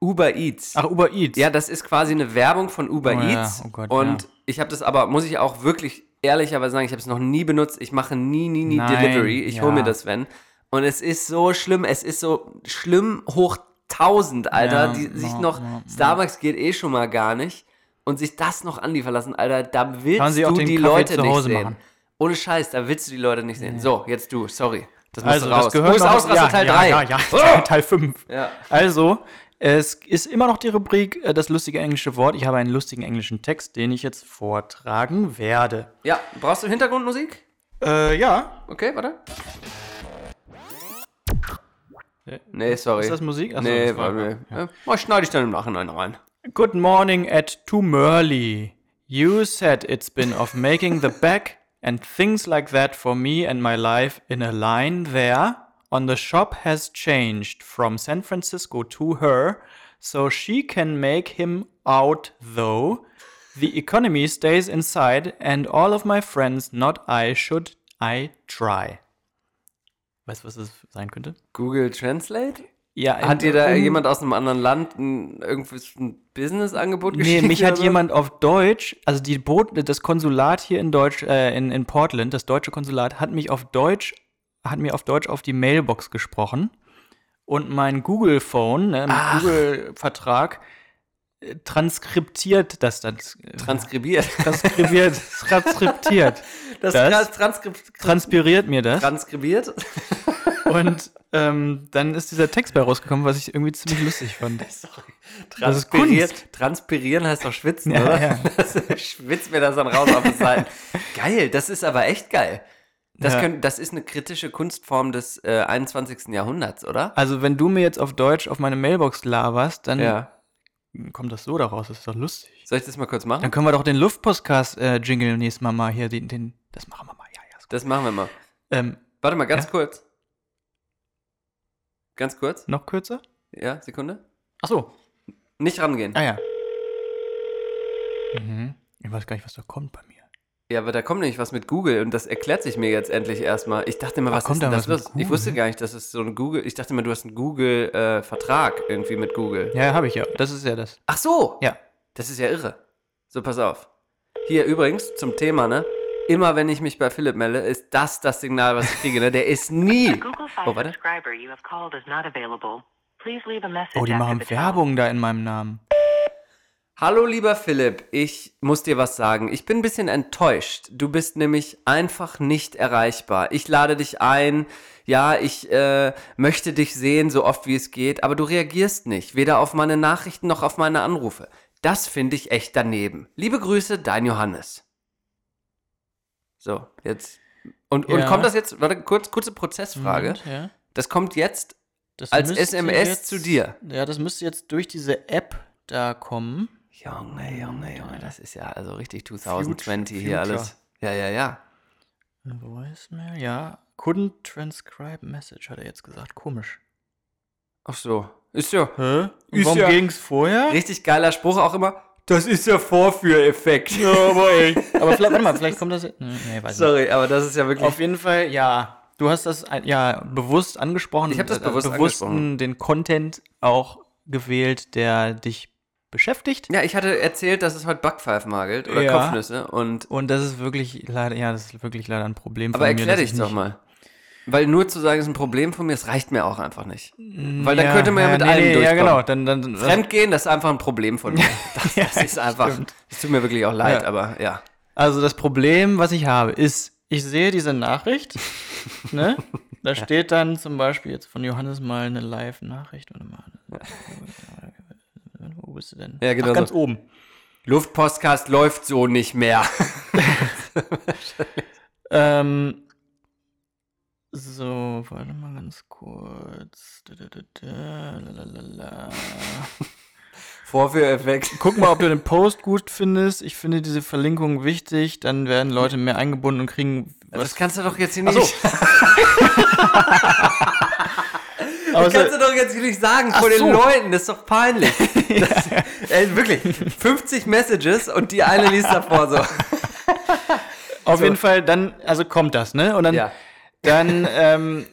C: Uber Eats.
B: Ach, Uber Eats.
C: Ja, das ist quasi eine Werbung von Uber
B: Oh ja,
C: Eats.
B: oh Gott,
C: und
B: ja.
C: ich habe das aber, muss ich auch wirklich ehrlicherweise sagen, ich habe es noch nie benutzt. Ich mache nie, nie, nie
B: Nein,
C: Delivery. Ich hol
B: ja.
C: mir das, wenn. Und es ist so schlimm. Es ist so schlimm hoch 1000, Alter.
B: Ja,
C: die sich
B: ja,
C: noch,
B: ja,
C: Starbucks geht eh schon mal gar nicht. Und sich das noch an die verlassen, Alter, da willst
B: Kann sie
C: du
B: auch den
C: die
B: Kaffee
C: Leute
B: zu Hause
C: nicht sehen.
B: machen.
C: Ohne Scheiß, da willst du die Leute nicht sehen. So, jetzt du, sorry. Das muss
B: Also,
C: raus.
B: das gehört
C: Wo ist
B: noch-
C: Ausraster
B: ja,
C: Teil
B: ja,
C: 3?
B: Ja, ja,
C: Oh!
B: Teil 5.
C: Ja.
B: Also, es ist immer noch die Rubrik äh, das lustige englische Wort. Ich habe einen lustigen englischen Text, den ich jetzt vortragen werde.
C: ja, brauchst du Hintergrundmusik?
B: Äh, ja.
C: Okay, warte. Nee, sorry.
B: Ist das Musik? Achso,
C: nee,
B: das war-
C: war, nee. Ja. Oh, schneide ich dann im Nachhinein rein.
B: Good morning at Tumurli. You said it's been of making the back and things like that for me and my life in a line there on the shop has changed from San Francisco to her so she can make him out though the economy stays inside and all of my friends not I should I try. Weißt du, was es sein könnte?
C: Google Translate?
B: Ja,
C: Hat
B: in-
C: dir da
B: in-
C: jemand aus einem anderen Land ein, irgendwas ein Business-Angebot
B: Nee,
C: geschickt?
B: mich hat
C: oder so?
B: jemand auf Deutsch, also die Bot, das Konsulat hier in Deutsch, äh, in, in Portland, das deutsche Konsulat, hat mich auf Deutsch, hat mir auf Deutsch auf die Mailbox gesprochen. Und mein Google-Phone, ne, mein Google-Vertrag, äh, transkriptiert das dann. äh,
C: transkribiert.
B: Transkribiert, transkriptiert.
C: Das,
B: Das?
C: Transkript
B: Transpiriert mir das.
C: transkribiert?
B: Und ähm, dann ist dieser Text bei rausgekommen, was ich irgendwie ziemlich lustig fand.
C: Sorry.
B: Das ist
C: Transpiriert. Transpirieren heißt doch schwitzen,
B: Ja,
C: oder?
B: ja.
C: Das, schwitzt mir das dann raus auf die Seiten. Geil, das ist aber echt geil. Das,
B: Ja.
C: können, das ist eine kritische Kunstform des äh, 21. Jahrhunderts, oder?
B: Also, wenn du mir jetzt auf Deutsch auf meine Mailbox laberst, dann
C: Ja.
B: kommt das so daraus. Das ist doch lustig.
C: Soll ich das mal kurz
B: Dann
C: machen?
B: können wir doch den äh, Luftpostcast-Jingle nächstes Mal mal hier, den, den, das machen wir mal, ja, ja. Ist gut.
C: Das machen wir mal.
B: Ähm,
C: Warte mal, ganz
B: Ja?
C: kurz. Ganz kurz.
B: noch kürzer?
C: Ja, Sekunde.
B: Ach so,
C: Nicht rangehen.
B: ah ja. Mhm. Ich weiß gar nicht, was da kommt bei mir.
C: Ja, aber da kommt nämlich was mit Google und das erklärt sich mir jetzt endlich erstmal. Ich dachte immer,
B: Ach,
C: was
B: kommt
C: ist denn
B: da
C: das
B: was mit
C: los? Ich wusste
B: Google?
C: gar nicht, dass es so ein Google. Ich dachte immer, du hast einen Google-Vertrag irgendwie mit Google.
B: Ja, habe ich ja. Das ist ja das.
C: Ach so!
B: Ja.
C: Das ist ja irre. So, pass auf. Hier übrigens zum Thema, ne? Immer wenn ich mich bei Philipp melde, ist das das Signal, was ich kriege, ne? Der ist nie.
A: Google
C: Oh,
A: Fi
C: warte.
A: subscriber you have called is not available. Please leave a message
B: Oh, die
A: after
B: machen
A: the tone.
B: Werbung da in meinem Namen.
C: Hallo lieber Philipp, ich muss dir was sagen. Ich bin ein bisschen enttäuscht. Du bist nämlich einfach nicht erreichbar. Ich lade dich ein. Ja, ich äh, möchte dich sehen, so oft wie es geht, aber du reagierst nicht, weder auf meine Nachrichten noch auf meine Anrufe. Das finde ich echt daneben. Liebe Grüße, dein Johannes. So, jetzt. Und, und
B: Ja.
C: kommt das jetzt, warte, kurz, kurze Prozessfrage.
B: Moment, ja.
C: Das kommt jetzt
B: Das
C: als
B: müsste
C: SMS zu dir.
B: Ja, das müsste jetzt durch diese App da kommen.
C: Junge, Junge, Junge, das ist ja also richtig
B: Future.
C: 2020 hier alles. Ja, ja, ja.
B: Äh, Voicemail, ja. Couldn't transcribe message, hat er jetzt gesagt. Komisch.
C: Ach so. Ist ja.
B: Hä?
C: Ist
B: Warum
C: ja-
B: ging's vorher?
C: Richtig geiler Spruch auch immer. Das ist ja Vorführeffekt. Ja, aber ey.
B: Aber vielleicht, warte mal, vielleicht kommt das. Hm, Nee, weiß nicht.
C: Sorry, aber das ist ja wirklich.
B: Auf jeden Fall, ja. Du hast das ein- ja bewusst angesprochen.
C: Ich hab das
B: und, äh,
C: bewusst
B: bewussten
C: angesprochen.
B: den Content auch gewählt, der dich beschäftigt.
C: ja, ich hatte erzählt, dass es heute Backpfeifen magelt oder
B: Ja.
C: Kopfnüsse und
B: Und das ist wirklich leider, ja, das ist wirklich leider ein Problem.
C: aber
B: von mir,
C: erklär
B: dass ich
C: dich doch
B: nicht-
C: mal. Weil nur zu sagen, es ist ein Problem von mir, es reicht mir auch einfach nicht. Weil dann könnte man ja mit
B: nee,
C: allem
B: nee,
C: durchkommen.
B: Mm, Ja, genau. Dann, dann,
C: Fremdgehen, das ist einfach ein Problem von mir. Das, das ist einfach. Es tut mir wirklich auch leid,
B: Ja.
C: aber ja.
B: Also das Problem, was ich habe, ist, ich sehe diese Nachricht, ne? Da steht dann zum Beispiel jetzt von Johannes mal eine Live-Nachricht. Warte mal. Wo bist du denn?
C: Ja, genau
B: Ach, ganz
C: so.
B: oben.
C: Luftpostcast läuft so nicht mehr.
B: Ähm, so, warte mal ganz kurz. Da, da, da, da, la, la, la, la.
C: Vorführeffekt.
B: Guck mal, ob du den Post gut findest. Ich finde diese Verlinkung wichtig. Dann werden Leute mehr eingebunden und kriegen
C: Das
B: was.
C: kannst du doch jetzt hier
B: Ach
C: nicht.
B: so. Aber
C: Das
B: so-
C: kannst du doch jetzt nicht sagen vor
B: Ach so.
C: den Leuten, das ist doch peinlich. Das, ey, wirklich, 50 Messages und die eine liest davor so.
B: auf jeden Fall, dann, also kommt das, ne? Und dann,
C: Ja.
B: dann ähm,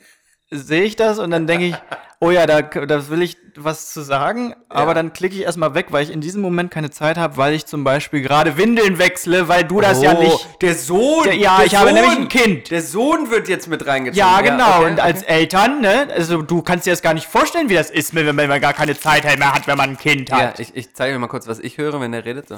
B: sehe ich das und dann denke ich, oh ja, da, da will ich was zu sagen, aber dann klicke ich erstmal weg, weil ich in diesem Moment keine Zeit habe, weil ich zum Beispiel gerade Windeln wechsle, weil du das ja
C: Oh,
B: nicht
C: Der Sohn.
B: Der- ja,
C: der
B: ich habe nämlich ein Kind.
C: Der Sohn wird jetzt mit reingezogen.
B: Ja, genau.
C: okay,
B: und als
C: okay.
B: Eltern, ne? Also du kannst dir das gar nicht vorstellen, wie das ist, wenn man wenn man gar keine Zeit halt mehr hat, wenn man ein Kind
C: Ja,
B: hat.
C: ich, ich zeige euch mal kurz, was ich höre, wenn der redet.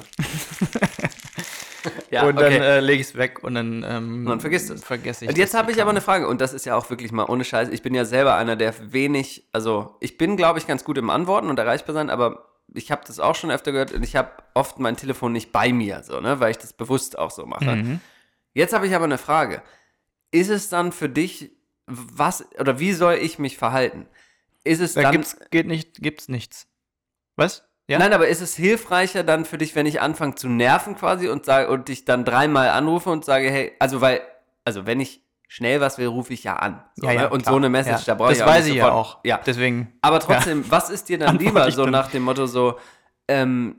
C: So. ja,
B: und
C: okay.
B: dann äh, lege ich es weg und dann, ähm,
C: Und dann vergisst du es.
B: Vergesse ich
C: Und jetzt
B: das.
C: habe ich aber eine Frage, und das ist ja auch wirklich mal ohne Scheiß. Ich bin ja selber einer, der wenig, also ich bin, glaube ich, ganz gut im Antworten und erreichbar sein, aber ich habe das auch schon öfter gehört und ich habe oft mein Telefon nicht bei mir, so, ne, weil ich das bewusst auch so mache.
B: Mhm.
C: Jetzt habe ich aber eine Frage. Ist es dann für dich, was oder wie soll ich mich verhalten? ist es
B: Da
C: dann.
B: gibt's, geht nicht, gibt's nichts. Was? Ja?
C: Nein, aber ist es hilfreicher dann für dich, wenn ich anfange zu nerven quasi und sage und dich dann dreimal anrufe und sage, hey, also weil, also wenn ich schnell was will, rufe ich ja an. So,
B: Ja, ja,
C: ne? und
B: klar.
C: so eine Message,
B: Ja.
C: da brauche ich
B: Das
C: auch
B: weiß
C: nicht
B: ich ja
C: sofort-
B: auch.
C: Ja.
B: Deswegen.
C: Aber trotzdem, was ist dir dann
B: Antworte
C: lieber,
B: ich
C: so
B: dann.
C: nach dem Motto so, ähm,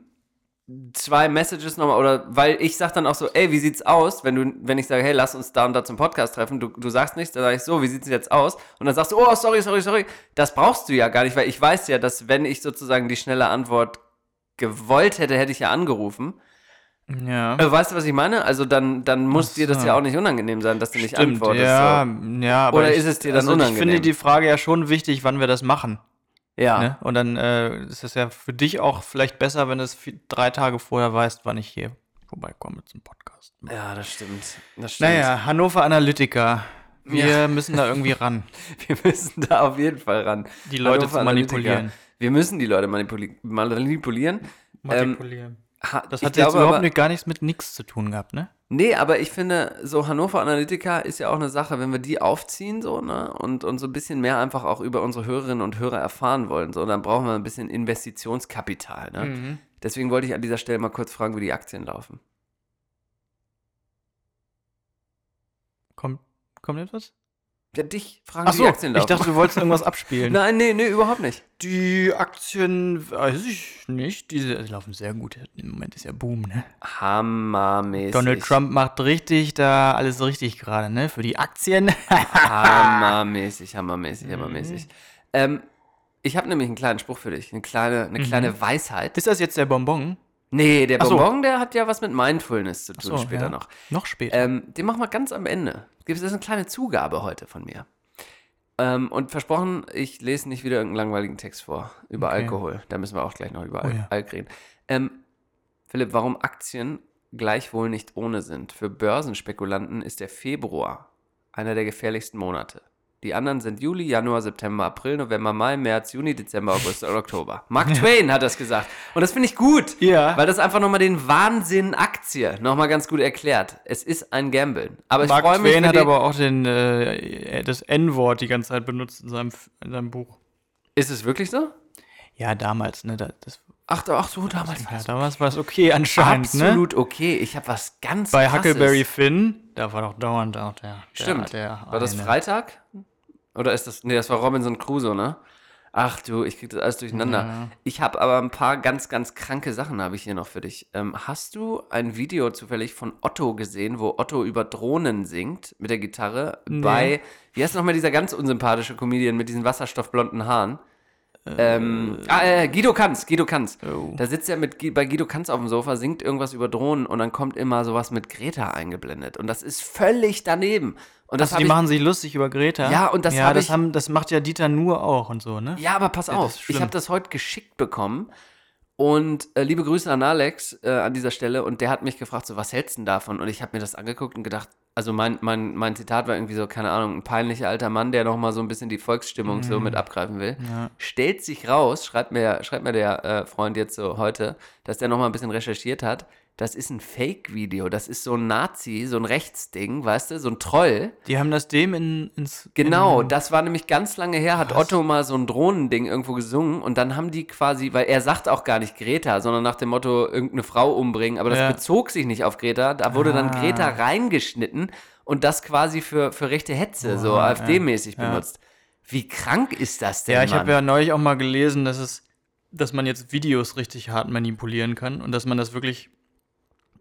C: zwei Messages nochmal, oder weil ich sag dann auch so, ey, wie sieht's aus, wenn du, wenn ich sage, hey, lass uns da und da zum Podcast treffen, du, du sagst nichts, dann sage ich so, wie sieht's jetzt aus? Und dann sagst du, oh, sorry, sorry, sorry. Das brauchst du ja gar nicht, weil ich weiß ja, dass wenn ich sozusagen die schnelle Antwort gewollt hätte, hätte ich ja angerufen.
B: Ja.
C: Äh, weißt du, was ich meine? Also dann, dann muss
B: Ach
C: dir das
B: so.
C: ja auch nicht unangenehm sein, dass du nicht antwortest.
B: ja, ja, aber
C: Oder
B: ich,
C: ist es dir dann
B: also Ich finde
C: unangenehm? Ah.
B: die Frage ja schon wichtig, wann wir das machen.
C: So. Ja.
B: Ne? Und dann äh, ist es ja für dich auch vielleicht besser, wenn du es vi- drei Tage vorher weißt, wann ich hier vorbeikomme zum Podcast.
C: ja, das stimmt. Das stimmt.
B: Naja, Hannover Analytica. Wir
C: Ja.
B: müssen da irgendwie ran.
C: Wir müssen da auf jeden Fall ran.
B: Die Leute
C: Hannover
B: zu manipulieren.
C: Analytica. Wir müssen die Leute manipuli manipulieren. Ähm, Ha-
B: Das
C: ich
B: hat jetzt
C: glaube
B: überhaupt
C: aber,
B: nicht, gar nichts mit nichts zu tun gehabt, ne?
C: Nee, aber ich finde, so Hannover Analytica ist ja auch eine Sache, wenn wir die aufziehen so, ne, und, und so ein bisschen mehr einfach auch über unsere Hörerinnen und Hörer erfahren wollen, so, dann brauchen wir ein bisschen Investitionskapital, ne?
B: Mhm.
C: Deswegen wollte ich an dieser Stelle mal kurz fragen, wie die Aktien laufen.
B: Kommt, kommt etwas?
C: Ja, dich fragen,
B: Ach
C: wie
B: so,
C: die Aktien
B: ich
C: laufen.
B: dachte, du wolltest irgendwas abspielen.
C: Nein, nee, nee, überhaupt nicht.
B: Die Aktien, weiß ich nicht, diese die laufen sehr gut. Im Moment ist ja Boom, ne?
C: Hammermäßig.
B: Donald Trump macht richtig da alles richtig gerade, ne? Für die Aktien.
C: Hammermäßig, hammermäßig,
B: Mhm.
C: hammermäßig. Ähm, ich habe nämlich einen kleinen Spruch für dich, eine kleine, eine kleine Weisheit.
B: ist das jetzt der Bonbon?
C: Nee, der
B: Mhm. Ach so.
C: Bonbon, der hat ja was mit Mindfulness zu tun
B: So,
C: später
B: ja.
C: noch.
B: Noch später.
C: Ähm, den machen wir ganz am Ende. Gibt es eine kleine Zugabe heute von mir? Ähm, und versprochen, ich lese nicht wieder irgendeinen langweiligen Text vor über
B: Okay.
C: Alkohol. Da müssen wir auch gleich noch über
B: Oh
C: Al
B: ja.
C: Alk reden. Ähm, Philipp, warum Aktien gleichwohl nicht ohne sind? Für Börsenspekulanten ist der Februar einer der gefährlichsten Monate. Die anderen sind Juli, Januar, September, April, November, Mai, März, Juni, Dezember, August und Oktober. Mark Twain hat das gesagt. Und das finde ich gut.
B: Ja.
C: Weil das einfach nochmal den Wahnsinn Aktie nochmal ganz gut erklärt. Es ist ein Gamble. Aber ich
B: Mark
C: freue mich.
B: Twain
C: für
B: hat
C: die-
B: aber auch den, äh, das N-Wort die ganze Zeit benutzt in seinem, in seinem Buch.
C: ist es wirklich so?
B: Ja, damals, ne? da- Das,
C: Ach, ach so, damals war
B: ja,
C: es
B: damals war es okay anscheinend, ne?
C: absolut okay. Ich habe was ganz
B: Bei
C: Krasses.
B: Huckleberry Finn, da war doch dauernd auch der. der
C: Stimmt.
B: Der
C: war das
B: eine.
C: Freitag? Oder ist das. Nee, das war Robinson Crusoe, ne? Ach du, ich krieg das alles durcheinander. Ich habe aber ein paar ganz, ganz kranke Sachen habe ich hier noch für dich. Ähm, hast du ein Video zufällig von Otto gesehen, wo Otto über Drohnen singt mit der Gitarre bei, wie heißt nochmal dieser ganz unsympathische Comedian mit diesen wasserstoffblonden Haaren? Ähm, ah, äh, Guido Kanz, Guido Kanz.
B: Oh.
C: Da sitzt er mit, Gui- bei Guido Kanz auf dem Sofa, singt irgendwas über Drohnen und dann kommt immer sowas mit Greta eingeblendet. Und das ist völlig daneben. Und das
B: Also die
C: hab
B: machen sich lustig über Greta.
C: Ja, und das
B: ja,
C: hab
B: das
C: ich-
B: haben, das macht ja Dieter nur auch und so, ne?
C: ich, ja, aber pass
B: Ja, das ist
C: auf, ich
B: schlimm.
C: habe das heute geschickt bekommen. Und äh, liebe Grüße an Alex äh, an dieser Stelle. Und der hat mich gefragt, so, was hältst du denn davon? Und ich habe mir das angeguckt und gedacht, also mein, mein, mein Zitat war irgendwie so, keine Ahnung, ein peinlicher alter Mann, der nochmal so ein bisschen die Volksstimmung so
B: Mhm.
C: mit abgreifen will. Stellt sich raus, schreibt mir, schreibt mir der äh, Freund jetzt so heute, dass der nochmal ein bisschen recherchiert hat. Das ist ein Fake-Video. Das ist so ein Nazi, so ein Rechtsding, weißt du, so ein Troll.
B: Die haben das dem in, ins.
C: Genau,
B: in,
C: das war nämlich ganz lange her, hat Otto mal so ein Drohnending irgendwo gesungen und dann haben die quasi, weil er sagt auch gar nicht Greta, sondern nach dem Motto irgendeine Frau umbringen, aber das
B: Ja. Ah.
C: bezog sich nicht auf Greta, da wurde dann Greta reingeschnitten und das quasi für, für rechte Hetze, so AfD-mäßig benutzt. Wie krank ist das denn,
B: Ja, ich
C: Mann?
B: habe ja neulich auch mal gelesen, dass es, dass man jetzt Videos richtig hart manipulieren kann und dass man das wirklich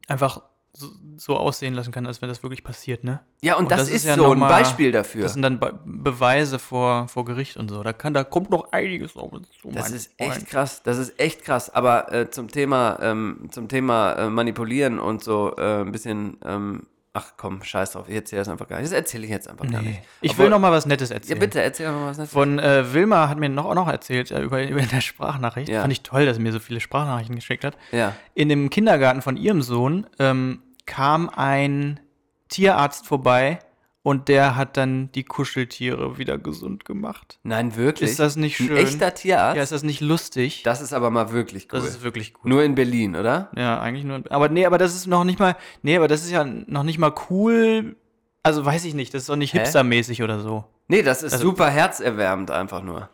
B: einfach so, so aussehen lassen kann, als wenn das wirklich passiert, ne?
C: Ja, und, das, ist,
B: ja
C: so ein
B: nochmal-
C: Beispiel dafür.
B: Das sind dann Be Beweise vor, vor Gericht und so. Da, kann, da kommt noch einiges auf uns zu.
C: Das
B: mein
C: ist
B: Freund.
C: echt krass. Das ist echt krass. Aber äh, zum Thema, ähm, zum Thema äh, manipulieren und so äh, ein bisschen, ähm, ach komm, scheiß drauf. Ich erzähle das einfach gar nicht. Das erzähle ich jetzt einfach gar nicht.
B: Nee. Ich will
C: Obwohl-
B: noch mal was Nettes erzählen.
C: Ja, bitte erzähl doch mal was. Nettes.
B: Von äh, Wilma hat mir noch, auch noch erzählt äh, über, über eine Sprachnachricht.
C: Ja.
B: Fand ich toll, dass sie mir so viele Sprachnachrichten geschickt hat.
C: Ja.
B: In dem Kindergarten von ihrem Sohn ähm, kam ein Tierarzt vorbei und der hat dann die Kuscheltiere wieder gesund gemacht.
C: Nein, wirklich.
B: Ist das nicht schön?
C: Ein echter Tierarzt.
B: Ja, ist das nicht lustig?
C: das ist aber mal wirklich cool.
B: Das ist wirklich gut.
C: Nur in Berlin, oder?
B: Ja, eigentlich nur. Aber nee, aber das ist noch nicht mal. Nee, aber das ist ja noch nicht mal cool. Also weiß ich nicht, das ist doch nicht
C: Hä?
B: hipstermäßig oder so.
C: Nee, das ist
B: Also-
C: super herzerwärmend einfach nur.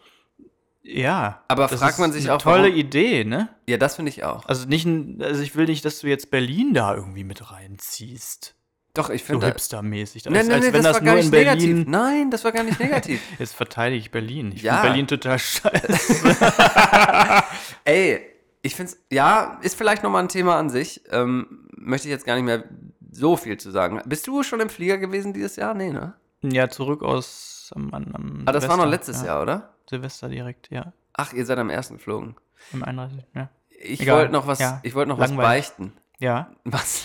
B: Ja.
C: Aber
B: das
C: fragt
B: ist
C: man sich
B: eine
C: auch,
B: Tolle
C: warum-
B: Idee, ne?
C: Ja, das finde ich auch.
B: Also nicht, ein- also ich will nicht, dass du jetzt Berlin da irgendwie mit reinziehst.
C: Doch, ich
B: So
C: finde.
B: hipstermäßig. Als,
C: Nein, nein,
B: als Also
C: nein,
B: wenn
C: das
B: das,
C: war gar
B: nur in
C: nicht
B: Berlin.
C: negativ. Nein, das war gar nicht negativ.
B: Jetzt verteidige ich Berlin. Ich
C: Ja.
B: finde Berlin total scheiße.
C: Ey, ich finde es, ja, ist vielleicht nochmal ein Thema an sich. Ähm, möchte ich jetzt gar nicht mehr so viel zu sagen. Bist du schon im Flieger gewesen dieses Jahr? Nee, ne?
B: ja, zurück aus am, am, am
C: Ah, das war noch
B: Silvester,
C: letztes
B: ja.
C: Jahr, oder?
B: Silvester direkt, ja.
C: Ach, ihr seid am ersten geflogen.
B: Im 31. Ja.
C: Ich
B: Egal,
C: wollte noch was,
B: ja.
C: ich wollte noch
B: Langweilig.
C: was beichten.
B: ja.
C: Was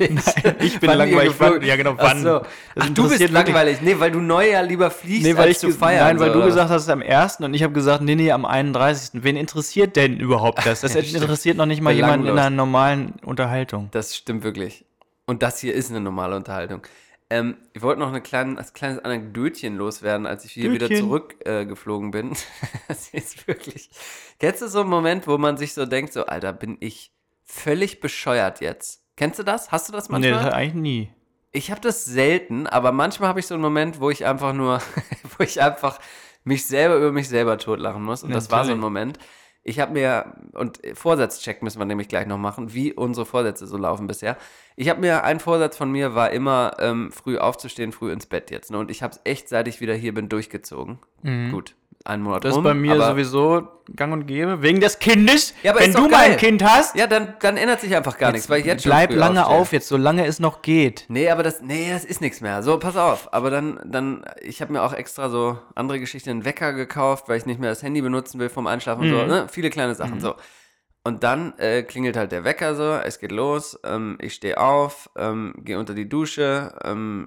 B: Nein, ich bin
C: Wann ihr
B: langweilig,
C: geflogen-
B: wann- ja, genau,
C: Ach,
B: wann.
C: so.
B: Das
C: Ach du bist
B: interessiert wirklich-
C: langweilig. Nee, weil du Neujahr lieber fliegst,
B: Nee, weil
C: als
B: ich
C: zu
B: ge-
C: feiern.
B: Nein, weil
C: so,
B: du
C: oder was?
B: gesagt hast am 1. und ich habe gesagt, nee, nee, am 31. Wen interessiert denn überhaupt das? Das interessiert noch nicht mal jemanden in
C: Belanglos.
B: einer normalen Unterhaltung.
C: Das stimmt wirklich. Und das hier ist eine normale Unterhaltung. Ähm, ich wollte noch eine kleine, als kleines Anekdötchen loswerden, als ich hier wieder
B: Dötchen.
C: zurückgeflogen äh, geflogen bin. das ist wirklich. Kennst du so einen Moment, wo man sich so denkt, so, Alter, bin ich völlig bescheuert jetzt? Kennst du das? Hast du das
B: nee, das
C: manchmal?
B: hat eigentlich nie.
C: ich habe das selten, aber manchmal habe ich so einen Moment, wo ich einfach nur, wo ich einfach mich selber über mich selber totlachen muss. Und das war so ein
B: Natürlich.
C: Moment. Ich habe mir, und Vorsatzcheck müssen wir nämlich gleich noch machen, wie unsere Vorsätze so laufen bisher. Ich habe mir, ein Vorsatz von mir war immer, ähm, früh aufzustehen, früh ins Bett jetzt. Ne? Und ich habe es echt, seit ich wieder hier bin, durchgezogen. Gut, einen Monat
B: Mhm. Das
C: rum.
B: ist bei mir
C: Um, aber-
B: sowieso gang und gäbe. Wegen des Kindes.
C: Ja, aber
B: Wenn
C: ist doch
B: du mal
C: geil.
B: ein Kind hast,
C: Ja, dann, dann ändert sich einfach gar nichts, weil ich jetzt schon
B: bleib
C: früh
B: lange
C: aufstehe.
B: auf jetzt, solange es noch geht.
C: Nee, aber das, nee, das ist nichts mehr. So, pass auf. Aber dann, dann, ich habe mir auch extra so andere Geschichten, einen Wecker gekauft, weil ich nicht mehr das Handy benutzen will vom Einschlafen und so. Ne? Viele kleine Sachen, so. Und dann äh, klingelt halt der Wecker so, es geht los, ähm, ich stehe auf, ähm, gehe unter die Dusche, ähm,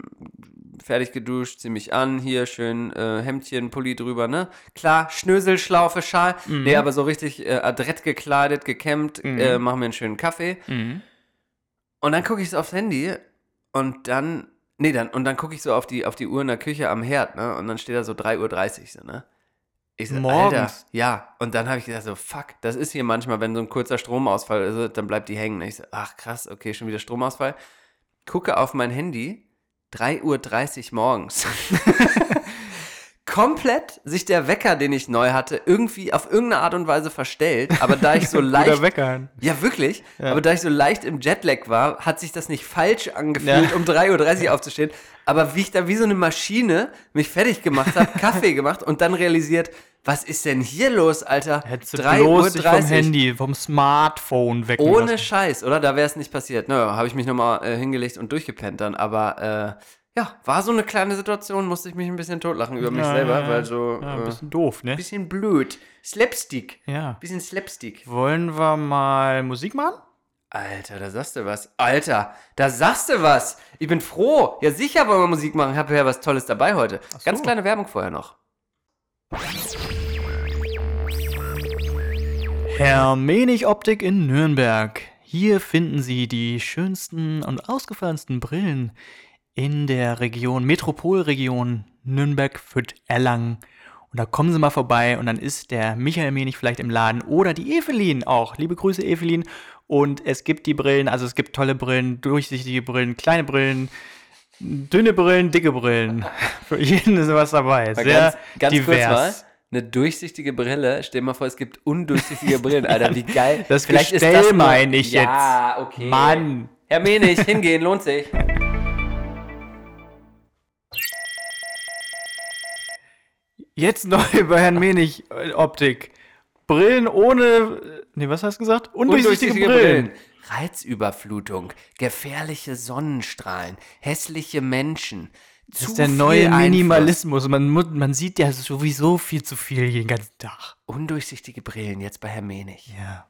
C: fertig geduscht, zieh mich an, hier schön äh, Hemdchen, Pulli drüber, ne? Klar, Schnösel, Schlaufe, Schal, nee, aber so richtig äh, adrett gekleidet, gekämmt, äh, mach mir einen schönen Kaffee. Und dann gucke ich so aufs Handy und dann, nee, dann, und dann gucke ich so auf die, auf die Uhr in der Küche am Herd, ne? Und dann steht da so 3.30 Uhr, so, ne? Ich so,
B: Morgens?
C: Alter, ja. Und dann habe ich gedacht, so, fuck, das ist hier manchmal, wenn so ein kurzer Stromausfall ist, dann bleibt die hängen. Ich so, ach krass, okay, schon wieder Stromausfall. Gucke auf mein Handy, 3.30 Uhr morgens. Komplett sich der Wecker, den ich neu hatte, irgendwie auf irgendeine Art und Weise verstellt. Aber da ich so leicht
B: Oder Wecker.
C: ja, wirklich. Aber da ich so leicht im Jetlag war, hat sich das nicht falsch angefühlt, um 3.30 Uhr aufzustehen. Aber wie ich da wie so eine Maschine mich fertig gemacht habe, Kaffee gemacht und dann realisiert, was ist denn hier los, Alter?
B: Hättest du bloß dich vom Handy, vom Smartphone wecken
C: Ohne
B: lassen.
C: Scheiß, oder? Da wäre es nicht passiert. Naja, habe ich mich nochmal äh, hingelegt und durchgepennt dann. Aber äh, ja, war so eine kleine Situation, musste ich mich ein bisschen totlachen über mich
B: Ja,
C: selber,
B: ja,
C: weil so.
B: Ja,
C: äh,
B: ein bisschen doof, ne?
C: bisschen blöd. Slapstick.
B: Ja.
C: Bisschen Slapstick.
B: Wollen wir mal Musik machen?
C: Alter, da sagst du was. Alter, da sagst du was. Ich bin froh. Ja, sicher wollen wir Musik machen. Ich habe ja was Tolles dabei heute. Ganz kleine Werbung vorher noch.
B: Hermenig Optik in Nürnberg. Hier finden Sie die schönsten und ausgefallensten Brillen in der Region, Metropolregion Nürnberg-Fürth-Erlangen. Und da kommen Sie mal vorbei und dann ist der Michael Menig vielleicht im Laden oder die Evelyn auch. Liebe Grüße, Evelyn. Und es gibt die Brillen, also es gibt tolle Brillen, durchsichtige Brillen, kleine Brillen, dünne Brillen, dicke Brillen. Für jeden ist was dabei.
C: Mal
B: Sehr divers.
C: mal. Eine durchsichtige Brille. Stell dir mal vor, es gibt undurchsichtige Brillen. Alter, wie geil.
B: Das
C: Vielleicht ist
B: Gestell
C: das nur-
B: meine ich
C: Ja, okay.
B: Mann.
C: Herr Menig, hingehen, lohnt sich.
B: Jetzt neu bei Herrn Menig äh, Optik. Brillen ohne. Nee, was hast du gesagt? Undurchsichtige, Brillen.
C: Reizüberflutung, gefährliche Sonnenstrahlen, hässliche Menschen.
B: Das ist der neue Minimalismus. Man, mu- man sieht ja sowieso viel zu viel jeden ganzen Tag.
C: Undurchsichtige Brillen jetzt bei Herr Menig.
B: Ja.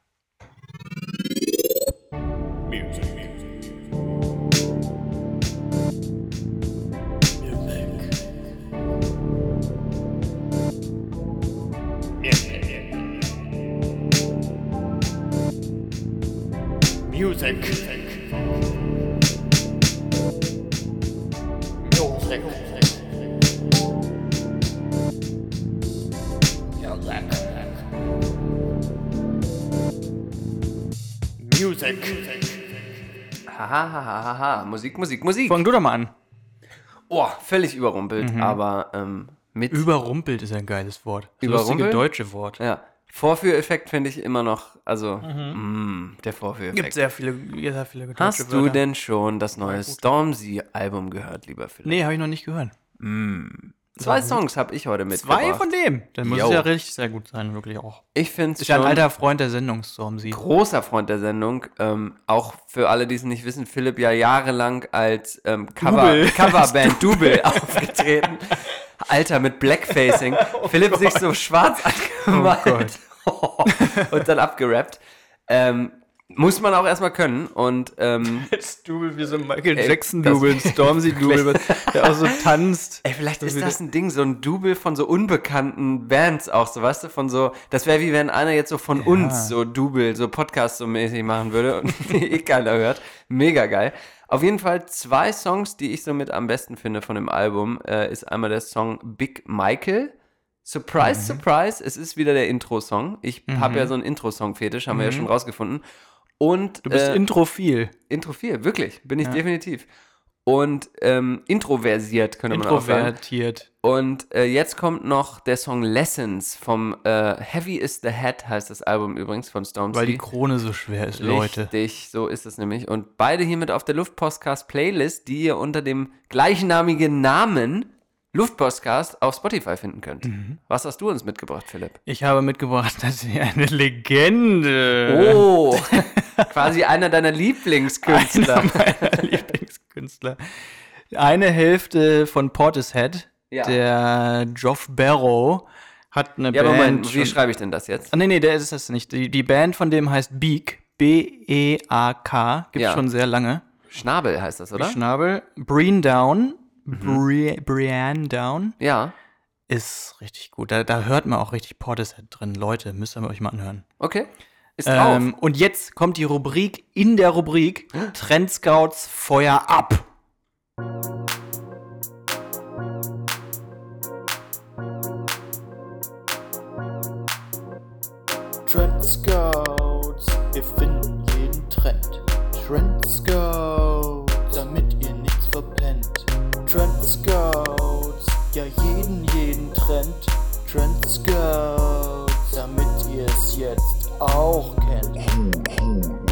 F: Music. Music. Music.
C: Hahaha, Musik, Musik, Musik.
B: Fang du doch mal an. Mhm.
C: oh, völlig überrumpelt, aber ähm, Mit
B: Überrumpelt ist ein geiles Wort. Das Lustige
C: Überrumpelt?
B: deutsche Wort.
C: ja. Vorführeffekt finde ich immer noch, also mm, der
B: Gibt
C: Vorführeffekt.
B: Mhm. sehr viele, sehr viele deutsche
C: Hast du
B: Wörter.
C: denn schon das neue Stormzy-Album gehört, lieber Philipp?
B: Nee, habe ich noch nicht gehört.
C: Zwei Songs habe ich heute mitgebracht.
B: Zwei von dem. Dann muss
C: Jo.
B: es ja richtig sehr gut sein, wirklich auch.
C: Ich finde es
B: Ist ja
C: schon
B: ein alter Freund der Sendung, Storm Sie.
C: großer Freund der Sendung. Ähm, auch für alle, die es nicht wissen, Philipp ja jahrelang als ähm, Cover,
B: Double.
C: Coverband Double aufgetreten. Alter, mit Blackfacing. Philipp sich so schwarz angemalt und dann abgerappt. Ähm, muss man auch erstmal können. Und ähm,
B: Jetzt Double wie so ein Michael
C: Ey,
B: Jackson-Double, ein Stormzy-Double, der auch so tanzt.
C: Ey, vielleicht
B: So
C: ist
B: wie
C: das ein Ding, so ein Double von so unbekannten Bands auch, so weißt du, von so, das wäre wie wenn einer jetzt so von uns so Double, so Podcast so mäßig machen würde und eh keiner hört. Mega geil. Auf jeden Fall zwei Songs, die ich somit am besten finde von dem Album, äh, ist einmal der Song Big Michael. Surprise, surprise, es ist wieder der Intro-Song. Ich habe ja so einen Intro-Song-Fetisch, haben wir ja schon rausgefunden. Und
B: Du bist
C: äh,
B: introphil.
C: Intro 4, wirklich, bin ich definitiv. Und ähm, introversiert, könnte man auch sagen.
B: Introvertiert.
C: Und äh, jetzt kommt noch der Song Lessons vom äh, Heavy is the Head, heißt das Album übrigens von Stormzy.
B: Weil die Krone so schwer ist, Leute.
C: Richtig, so ist es nämlich. Und beide hiermit auf der Luftpostcast-Playlist, die ihr unter dem gleichnamigen Namen Luftpostcast auf Spotify finden könnt.
B: Mhm.
C: Was hast du uns mitgebracht, Philipp?
B: Ich habe mitgebracht, dass sie eine Legende.
C: Oh, quasi einer deiner Lieblingskünstler.
B: Einer meiner Lieblingskünstler. Eine Hälfte von Portishead,
C: Ja.
B: der Geoff Barrow, hat eine
C: ja, aber
B: Band.
C: Moment, wie
B: schon-
C: schreibe ich denn das jetzt?
B: Ah, nee, nee, der ist es nicht. Die, die Band von dem heißt Beak. E B-E-A-K. Gibt
C: Ja.
B: schon sehr lange.
C: Schnabel heißt das,
B: Wie
C: oder?
B: Schnabel. Breen Down.
C: Mhm.
B: Bre Brian Down.
C: Ja,
B: Ist richtig gut. Da, da hört man auch richtig Portishead drin. Leute, müsst ihr euch mal anhören.
C: okay. Ist
B: Ähm,
C: drauf.
B: und jetzt kommt die Rubrik in der Rubrik Trendscouts Feuer ab.
F: Trend Scouts, wir finden jeden Trend. Trend Scouts, damit ihr nichts verpennt. Trend Scouts, ja jeden, jeden Trend. Trend Scouts, damit ihr es jetzt auch kennt.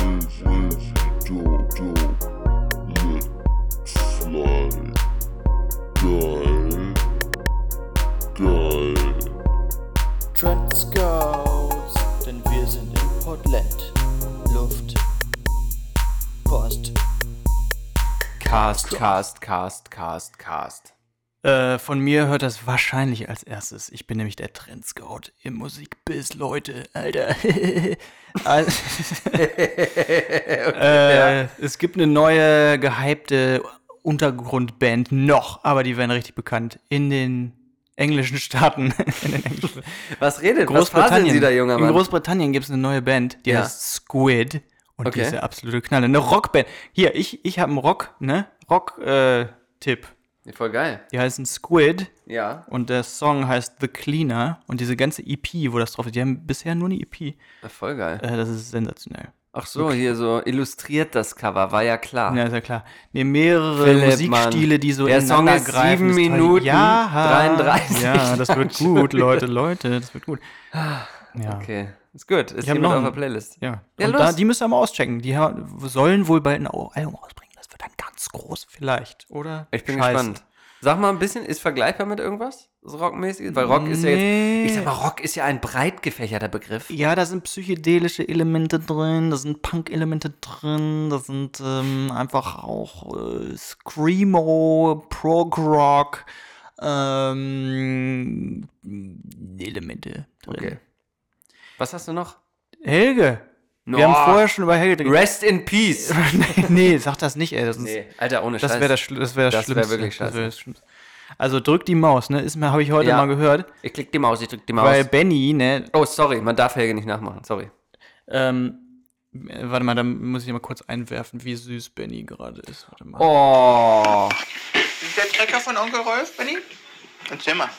F: Trend Scouts, denn wir sind in Portland. Luft, Post.
C: Cast, Cast, Cast, Cast, Cast.
B: Äh, von mir hört das wahrscheinlich als erstes. Ich bin nämlich der Trendscout im Musikbiss, Leute. Alter. Al- äh, es gibt eine neue gehypte Untergrundband noch, aber die werden richtig bekannt in den englischen Staaten. in den englischen
C: Was redet? Was faseln
B: Großbritannien.
C: Sie da, junger Mann?
B: In Großbritannien gibt es eine neue Band, die
C: Ja.
B: heißt Squid. Und die
C: Okay.
B: ist der absolute Knaller. Eine Rockband. Hier, ich, ich habe einen Rock, ne? Rock-Tipp.
C: Ja, Voll geil.
B: die heißen Squid
C: Ja.
B: und der Song heißt The Cleaner. Und diese ganze EP, wo das drauf ist, die haben bisher nur eine EP. Äh,
C: Voll geil.
B: das ist sensationell.
C: Ach so, hier so illustriert das Cover, war ja klar.
B: Ja, ist ja klar. Nee, mehrere
C: Ah. Philipp,
B: Musikstile,
C: Mann.
B: die so
C: Der Song ist
B: ineinandergreifen,
C: sieben
B: ist toll.
C: Minuten
B: ja,
C: 33.
B: Ja, das wird gut, Leute, Leute, das wird gut.
C: Ah.
B: Ja.
C: Okay. Ist gut. Ist
B: hab
C: jemand
B: noch
C: auf der
B: einen.
C: Playlist.
B: Ja,
C: Ja,
B: und
C: los.
B: da, die müssen wir mal auschecken. Die ha- sollen wohl bald ein Au- Album rausbringen. Das wird dann ganz groß, vielleicht, oder?
C: Ich bin
B: Scheiße.
C: gespannt. Sag mal ein bisschen, ist vergleichbar mit irgendwas? So rockmäßig? Weil Rock ist ja
B: Nee.
C: jetzt. Ich sag mal, Rock ist ja ein breit gefächerter Begriff.
B: Ja, da sind psychedelische Elemente drin, da sind Punk-Elemente drin, da sind ähm, einfach auch äh, Screamo, Prog-Rock ähm, Elemente drin.
C: Okay. Was hast du noch?
B: Helge!
C: Oh.
B: Wir haben vorher schon über Helge geredet.
C: Rest in Peace!
B: nee, sag das nicht, ey. Das, ist-
C: Nee, Alter, ohne
B: das
C: Scheiß.
B: wäre das, Schli- das, wär das,
C: Das wär
B: Schlimmste.
C: wirklich
B: Das
C: scheiße.
B: das Schlimmste. Also drück die Maus, ne? Ist mir, habe ich heute
C: Ja.
B: mal gehört.
C: Ich klick die Maus, ich drück die Maus.
B: Weil Benny, ne,
C: oh, sorry, man darf Helge nicht nachmachen, sorry.
B: Ähm, äh, warte mal, da muss ich mal kurz einwerfen, wie süß Benny gerade ist. Warte mal.
C: Oh.
I: Ist der Trecker von Onkel Rolf, Benny? Erzähl mal.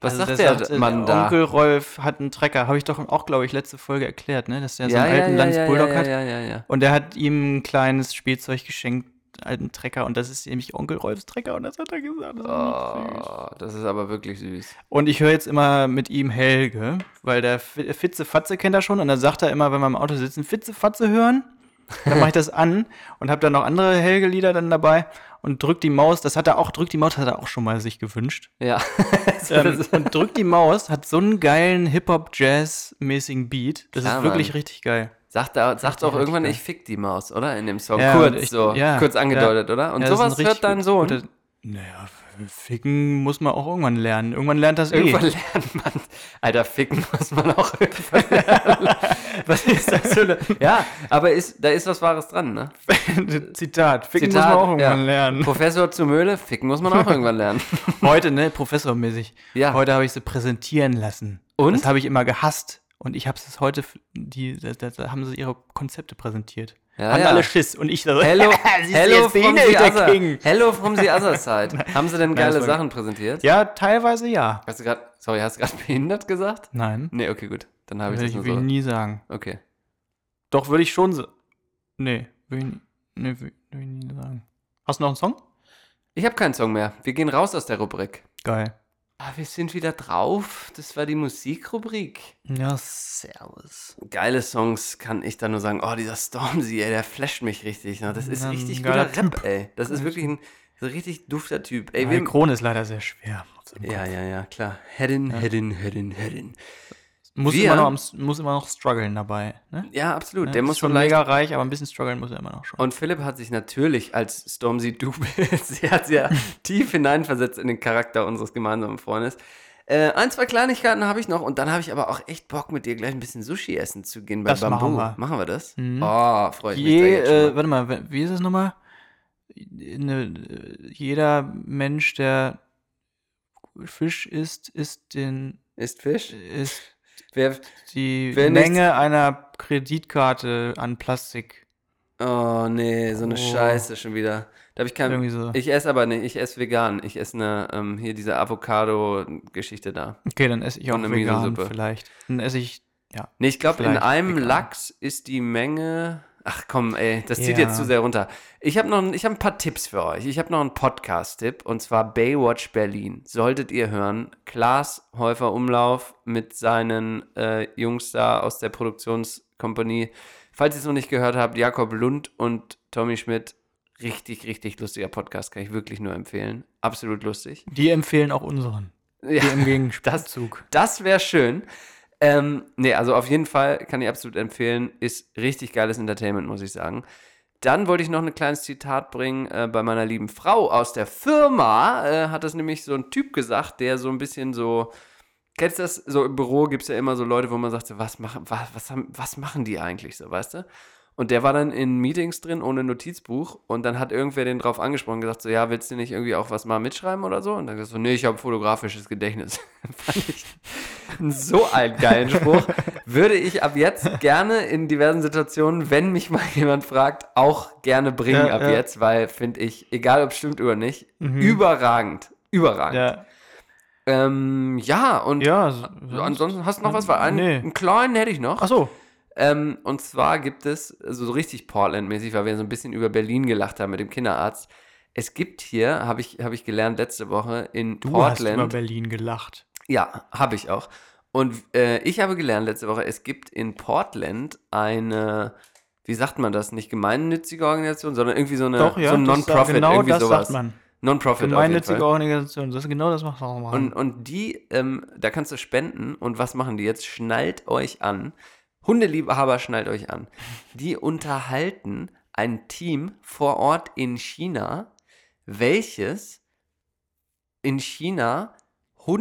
C: Was
B: Also
C: sagt
B: der
C: der,
B: sagt, äh,
C: Mann da?
B: Onkel Rolf hat einen Trecker. Habe ich doch auch, glaube ich, letzte Folge erklärt, ne? dass der so
C: ja,
B: einen
C: ja,
B: alten
C: ja, ja,
B: Landsbulldog
C: ja,
B: hat.
C: Ja, ja, ja.
B: Und der hat ihm ein kleines Spielzeug geschenkt, alten Trecker. Und das ist nämlich Onkel Rolfs Trecker. Und das hat er gesagt. Das ist nicht süß.
C: Oh, das ist aber wirklich süß.
B: Und ich höre jetzt immer mit ihm Helge, weil der Fi- Fitze Fatze kennt er schon und dann sagt er immer, wenn wir im Auto sitzen, Fitze Fatze hören. Dann mache ich das an und habe dann noch andere Helge-Lieder dann dabei und drückt die Maus. Das hat er auch, drückt die Maus hat er auch schon mal sich gewünscht.
C: Ja.
B: Ähm, und drückt die Maus hat so einen geilen Hip-Hop-Jazz-mäßigen Beat. Das
C: Klar,
B: ist wirklich
C: Mann.
B: richtig geil.
C: Sagt er, sagt auch
B: Richtig
C: irgendwann,
B: geil.
C: ich fick die Maus, oder? In dem Song.
B: Ja,
C: kurz,
B: ich-
C: so,
B: ja,
C: kurz angedeutet,
B: ja.
C: oder? Und
B: Ja, das ist ein
C: sowas
B: richtig
C: hört dein
B: gut-
C: Sohn.
B: guter- Naja, ficken muss man auch irgendwann lernen. Irgendwann lernt das eh.
C: Irgendwann lernt man. Alter, ficken muss man auch irgendwann lernen. Was ist das für eine. Ja, aber ist, da ist was Wahres dran, ne?
B: Zitat. Ficken
C: Zitat,
B: muss man auch irgendwann
C: ja.
B: lernen.
C: Professor zu Möhle, ficken muss man auch irgendwann lernen.
B: Heute, ne, professormäßig.
C: Ja.
B: Heute habe ich sie präsentieren lassen.
C: Und?
B: Das habe ich immer gehasst. Und ich habe es heute, f- die, da, da, da haben sie ihre Konzepte präsentiert.
C: Ja,
B: Haben
C: ja.
B: alle Schiss. Und ich so,
C: Hello,
B: siehst du,
C: hello,
B: jetzt bin
C: from
B: ich
C: the
B: der
C: other,
B: King.
C: hello from the other side. Haben sie denn
B: Nein, das
C: geile
B: war-
C: Sachen präsentiert?
B: ja, teilweise ja.
C: Hast du gerade, sorry, hast du gerade behindert gesagt?
B: Nein,
C: Nee, okay, gut. Dann habe ich
B: würde
C: das
B: ich,
C: nur
B: will ich
C: so.
B: nie sagen.
C: Okay.
B: Doch, würde ich schon so. Nee, würde ich, nie- nee, würde ich nie sagen. Hast du noch einen Song?
C: Ich habe keinen Song mehr. Wir gehen raus aus der Rubrik.
B: Geil.
C: Ah, wir sind wieder drauf. Das war die Musikrubrik.
B: Ja, servus.
C: Geile Songs kann ich da nur sagen. Oh, dieser Stormzy, ey, der flasht mich richtig. Ne? Das ist
B: Ja, ein
C: richtig guter
B: geiler
C: Rap, ey. Das ist wirklich ein so richtig dufter Typ. Ey,
B: Meine
C: wir,
B: Krone ist leider sehr schwer. auf so einem
C: ja,
B: Kopf.
C: ja, ja, klar. Head in, head in, head in, head in.
B: Muss,
C: Wir-
B: immer noch, am S- muss immer noch strugglen dabei. Ne?
C: Ja, absolut.
B: Ne?
C: der
B: Ist
C: muss
B: schon
C: schon leicht
B: mega reich, aber ein bisschen strugglen muss er immer noch schon.
C: Und Philipp hat sich natürlich als Stormzy Double sehr, sehr tief hineinversetzt in den Charakter unseres gemeinsamen Freundes. Äh, ein, zwei Kleinigkeiten habe ich noch und dann habe ich aber auch echt Bock, mit dir gleich ein bisschen Sushi essen zu gehen bei
B: Das
C: Bambu.
B: machen wir.
C: das?
B: Mhm.
C: Oh, freue ich mich. da
B: Je,
C: jetzt schon
B: äh,
C: mal.
B: warte mal, we- wie ist es nochmal? Ne, jeder Mensch, der Fisch isst, isst den
C: Ist Fisch?
B: isst
C: Wer,
B: die
C: Wer nichts-
B: Menge einer Kreditkarte an Plastik.
C: oh nee, so eine
B: Oh.
C: Scheiße schon wieder. Da habe ich keinen.
B: Irgendwie so.
C: Ich esse aber nicht, ich esse vegan. Ich esse eine, ähm, hier diese Avocado-Geschichte da.
B: Okay, dann esse ich auch
C: Und eine
B: vegan
C: Miso-Suppe.
B: vielleicht. Dann esse ich ja.
C: Nee, ich glaube, in
B: Vielleicht
C: einem
B: vegan.
C: Lachs ist die Menge. Ach komm, ey, das zieht
B: Ja.
C: jetzt zu sehr runter. Ich habe noch, ich habe ein paar Tipps für euch. Ich habe noch einen Podcast-Tipp und zwar Baywatch Berlin. Solltet ihr hören, Klaas Häufer Umlauf mit seinen äh, Jungs da aus der Produktionskompanie. Falls ihr es noch nicht gehört habt, Jakob Lund und Tommy Schmidt. Richtig, richtig lustiger Podcast, kann ich wirklich nur empfehlen. Absolut lustig.
B: Die empfehlen auch unseren.
C: Ja.
B: Die im Gegenzug.
C: Das wäre schön. Ähm, nee, also auf jeden Fall kann ich absolut empfehlen. Ist richtig geiles Entertainment, muss ich sagen. Dann wollte ich noch ein kleines Zitat bringen äh, bei meiner lieben Frau aus der Firma. Äh, hat das nämlich so ein Typ gesagt, der so ein bisschen so. Kennst du das? So im Büro gibt es ja immer so Leute, wo man sagt, so, was, machen, was, was, haben, was machen die eigentlich so, weißt du? Und der war dann in Meetings drin ohne Notizbuch und dann hat irgendwer den drauf angesprochen und gesagt, so, ja, willst du nicht irgendwie auch was mal mitschreiben oder so? Und dann gesagt, so, nee, ich habe fotografisches Gedächtnis. Fand ich so einen geilen Spruch. Würde ich ab jetzt gerne in diversen Situationen, wenn mich mal jemand fragt, auch gerne bringen
B: Ja,
C: ab
B: ja. Mhm.
C: jetzt, weil finde ich, egal ob stimmt oder nicht, überragend. Überragend. Ja,
B: Ja,
C: ähm, ja und
B: ja. so-
C: Also ansonsten hast du noch was? Weil einen,
B: Nee.
C: einen kleinen hätte ich noch.
B: Ach so.
C: Ähm, und zwar gibt es also so richtig Portland-mäßig, weil wir so ein bisschen über Berlin gelacht haben mit dem Kinderarzt. Es gibt hier, habe ich, hab ich gelernt letzte Woche, in
B: Du hast über
C: Portland.
B: Berlin gelacht.
C: ja, habe ich auch. Und äh, ich habe gelernt letzte Woche, es gibt in Portland eine, wie sagt man das, nicht gemeinnützige Organisation, sondern irgendwie so eine so ein
B: das-
C: Non-Profit,
B: genau
C: irgendwie
B: das
C: sowas.
B: sagt man.
C: Non-Profit. auf jeden Fall.
B: Gemeinnützige Organisation. Das, genau das macht man auch mal.
C: Und, und die, ähm, da kannst du spenden. Und was machen die jetzt? Schnallt euch an. Hundeliebhaber schnallt euch an. Die unterhalten ein Team vor Ort in China, welches in China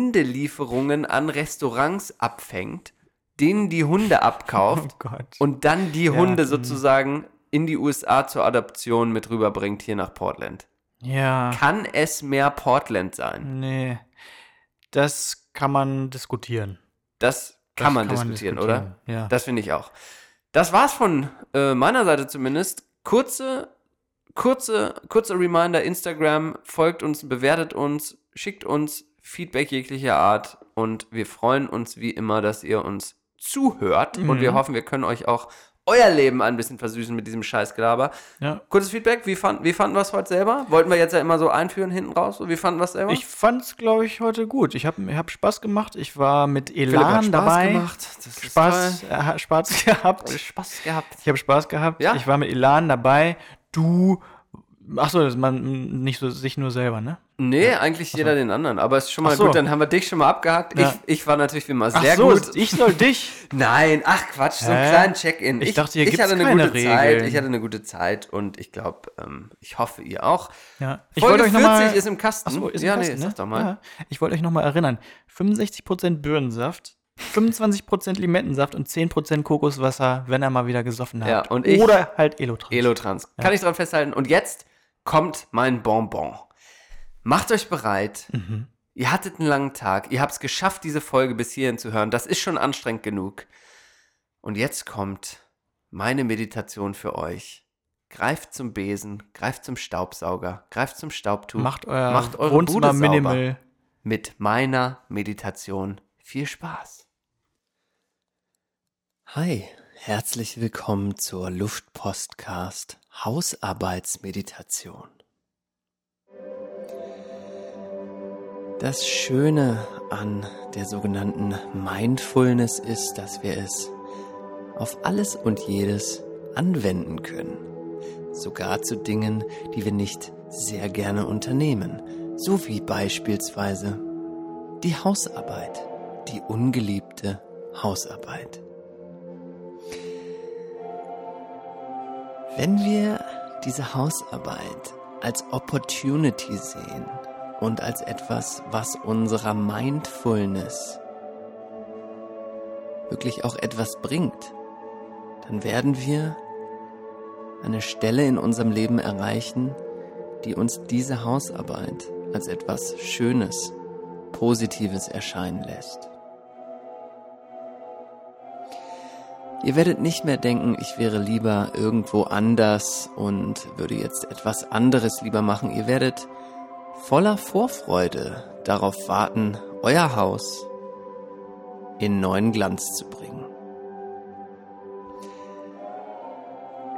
C: Hundelieferungen an Restaurants abfängt, denen die Hunde
B: oh
C: abkauft
B: Gott.
C: und dann die
B: Ja,
C: Hunde
B: mhm.
C: sozusagen in die USA zur Adoption mit rüberbringt hier nach Portland.
B: ja.
C: Kann es mehr Portland sein?
B: Nee. Das kann man diskutieren.
C: Das kann,
B: Das
C: man, diskutieren,
B: diskutieren,
C: oder?
B: Ja.
C: Das finde ich auch. Das war's von äh, meiner Seite zumindest. Kurze, kurze, kurze Reminder: Instagram, folgt uns, bewertet uns, schickt uns Feedback jeglicher Art. und wir freuen uns wie immer, dass ihr uns zuhört und wir hoffen, wir können euch auch euer Leben ein bisschen versüßen mit diesem Scheißgelaber.
B: Ja.
C: Kurzes Feedback, wie, fand, wie fanden wir es heute selber? Wollten wir jetzt ja immer so einführen hinten raus? So, wie fanden wir es selber?
B: Ich fand's, glaube ich, heute gut. Ich habe hab Spaß gemacht. Ich war mit
C: Philipp hat
B: Elan dabei.
C: gemacht. Das ist
B: Spaß,
C: toll.
B: äh, Spaß gehabt.
C: Spaß gehabt.
B: Ich habe Spaß gehabt.
C: Ja.
B: Ich war mit Elan dabei. Du. Achso, das man nicht so sich nur selber, ne?
C: Nee, eigentlich jeder den anderen. Aber es ist schon mal
B: Ach so.
C: gut, dann haben wir dich schon mal abgehakt.
B: Ja.
C: Ich, ich war natürlich wie immer
B: Ach
C: sehr
B: so,
C: gut.
B: ich soll dich.
C: Nein, ach Quatsch, so einen
B: Hä?
C: kleinen Check-in.
B: Ich dachte, hier
C: ich
B: gibt's
C: hatte eine
B: keine
C: gute Zeit.
B: Regeln.
C: Ich hatte eine gute Zeit und ich glaube, ähm, ich hoffe, ihr auch.
B: Ja. Ich
C: Folge
B: wollte euch noch
C: 40
B: mal-
C: ist im Kasten.
B: Achso, ist
C: Hm? ja,
B: im Kasten,
C: nee,
B: ne?
C: sag doch mal.
B: Ja. Ich wollte euch nochmal erinnern: 65% Birnensaft, 25% Limettensaft und 10% Kokoswasser, wenn er mal wieder gesoffen hat.
C: Ja, und ich-
B: Oder halt Elotrans.
C: Elotrans. Kann ich dran festhalten. Und jetzt kommt mein Bonbon. Macht euch bereit.
B: Mhm.
C: Ihr hattet einen langen Tag. Ihr habt es geschafft, diese Folge bis hierhin zu hören. Das ist schon anstrengend genug. Und jetzt kommt meine Meditation für euch. Greift zum Besen, greift zum Staubsauger, greift zum Staubtuch.
B: Macht euer
C: macht eure
B: Wohnzimmer
C: Bude sauber.
B: minimal.
C: mit meiner Meditation. Viel Spaß. Hi, herzlich willkommen zur Luftpostcast Hausarbeitsmeditation. Das Schöne an der sogenannten Mindfulness ist, dass wir es auf alles und jedes anwenden können. Sogar zu Dingen, die wir nicht sehr gerne unternehmen, so wie beispielsweise die Hausarbeit, die ungeliebte Hausarbeit. Wenn wir diese Hausarbeit als Opportunity sehen und als etwas, was unserer Mindfulness wirklich auch etwas bringt, dann werden wir eine Stelle in unserem Leben erreichen, die uns diese Hausarbeit als etwas Schönes, Positives erscheinen lässt. Ihr werdet nicht mehr denken, ich wäre lieber irgendwo anders und würde jetzt etwas anderes lieber machen. Ihr werdet voller Vorfreude darauf warten, euer Haus in neuen Glanz zu bringen.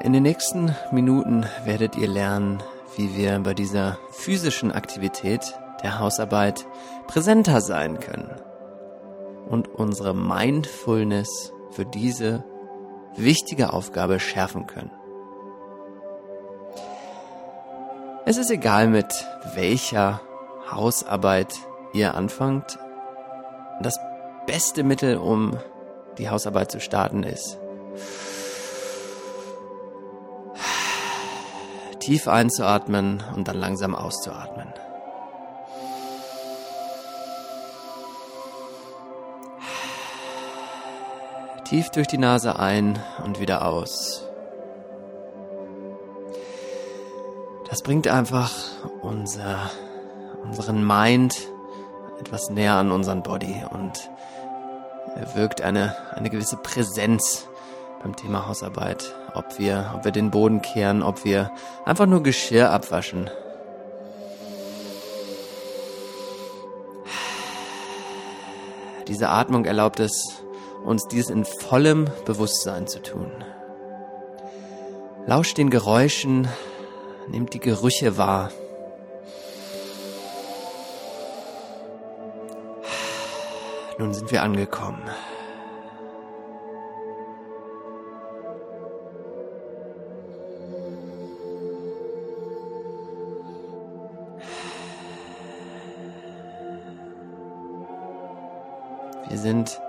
C: In den nächsten Minuten werdet ihr lernen, wie wir bei dieser physischen Aktivität der Hausarbeit präsenter sein können und unsere Mindfulness für diese wichtige Aufgabe schärfen können. Es ist egal, mit welcher Hausarbeit ihr anfangt. Das beste Mittel, um die Hausarbeit zu starten, ist, tief einzuatmen und dann langsam auszuatmen. Tief durch die Nase ein und wieder aus. Das bringt einfach unser, unseren Mind etwas näher an unseren Body und wirkt eine, eine gewisse Präsenz beim Thema Hausarbeit. Ob wir, ob wir den Boden kehren, ob wir einfach nur Geschirr abwaschen. Diese Atmung erlaubt es, uns dies in vollem Bewusstsein zu tun. Lauscht den Geräuschen, nimmt die Gerüche wahr. Nun sind wir angekommen. Wir sind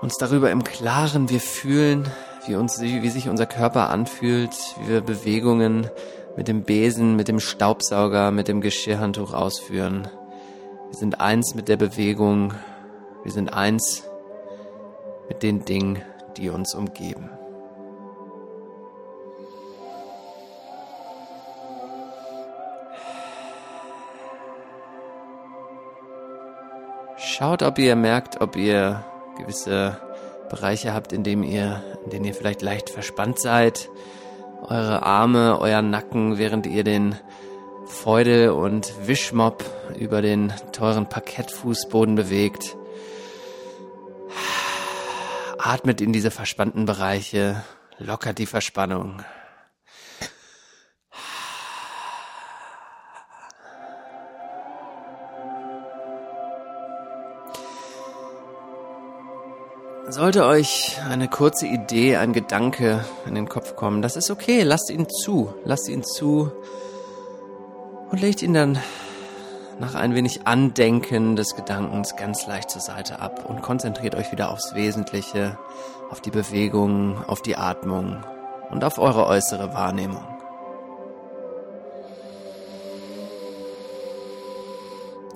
C: uns darüber im Klaren, wir fühlen, wie, uns, wie sich unser Körper anfühlt, wie wir Bewegungen mit dem Besen, mit dem Staubsauger, mit dem Geschirrhandtuch ausführen. Wir sind eins mit der Bewegung, wir sind eins mit den Dingen, die uns umgeben. Schaut, ob ihr merkt, ob ihr gewisse Bereiche habt, in denen ihr, in denen ihr vielleicht leicht verspannt seid. Eure Arme, euer Nacken, während ihr den Feudel und Wischmopp über den teuren Parkettfußboden bewegt. Atmet in diese verspannten Bereiche, lockert die Verspannung. Sollte euch eine kurze Idee, ein Gedanke in den Kopf kommen, das ist okay, lasst ihn zu, lasst ihn zu und legt ihn dann nach ein wenig Andenken des Gedankens ganz leicht zur Seite ab und konzentriert euch wieder aufs Wesentliche, auf die Bewegung, auf die Atmung und auf eure äußere Wahrnehmung.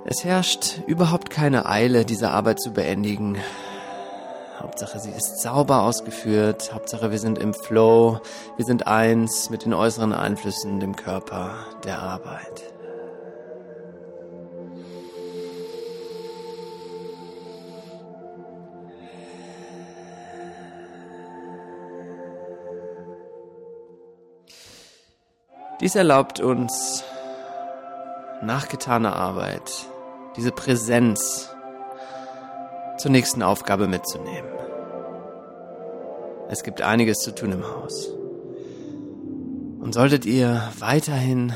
C: Es herrscht überhaupt keine Eile, diese Arbeit zu beendigen. Hauptsache, sie ist sauber ausgeführt. Hauptsache, wir sind im Flow. Wir sind eins mit den äußeren Einflüssen, dem Körper, der Arbeit. Dies erlaubt uns nachgetane Arbeit, diese Präsenz zur nächsten Aufgabe mitzunehmen. Es gibt einiges zu tun im Haus. Und solltet ihr weiterhin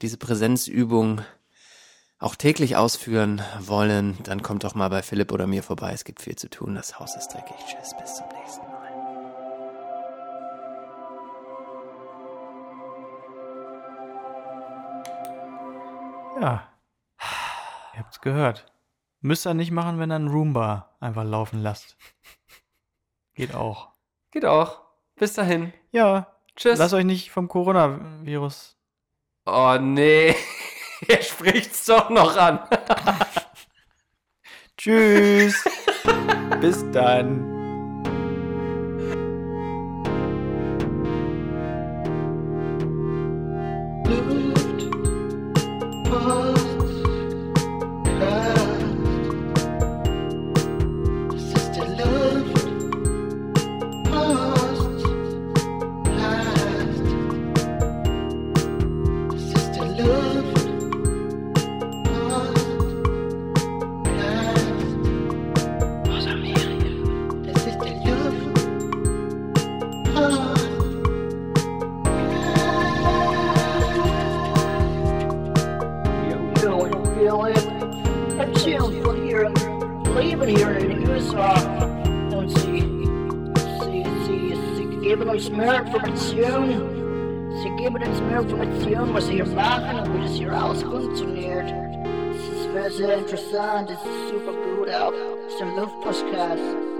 C: diese Präsenzübung auch täglich ausführen wollen, dann kommt doch mal bei Philipp oder mir vorbei. Es gibt viel zu tun. Das Haus ist dreckig. Tschüss, bis zum nächsten Mal.
B: Ja. Ihr habt's gehört. Müsst ihr nicht machen, wenn ihr einen Roomba einfach laufen lasst. Geht auch.
G: Geht auch. Bis dahin.
B: Ja.
G: Tschüss.
B: Lasst euch nicht vom Coronavirus.
G: Oh nee. Er spricht's doch noch an.
B: Tschüss. Bis dann.
J: sehr interessant. Es ist super gut auch. Es ist der Luftpostcast.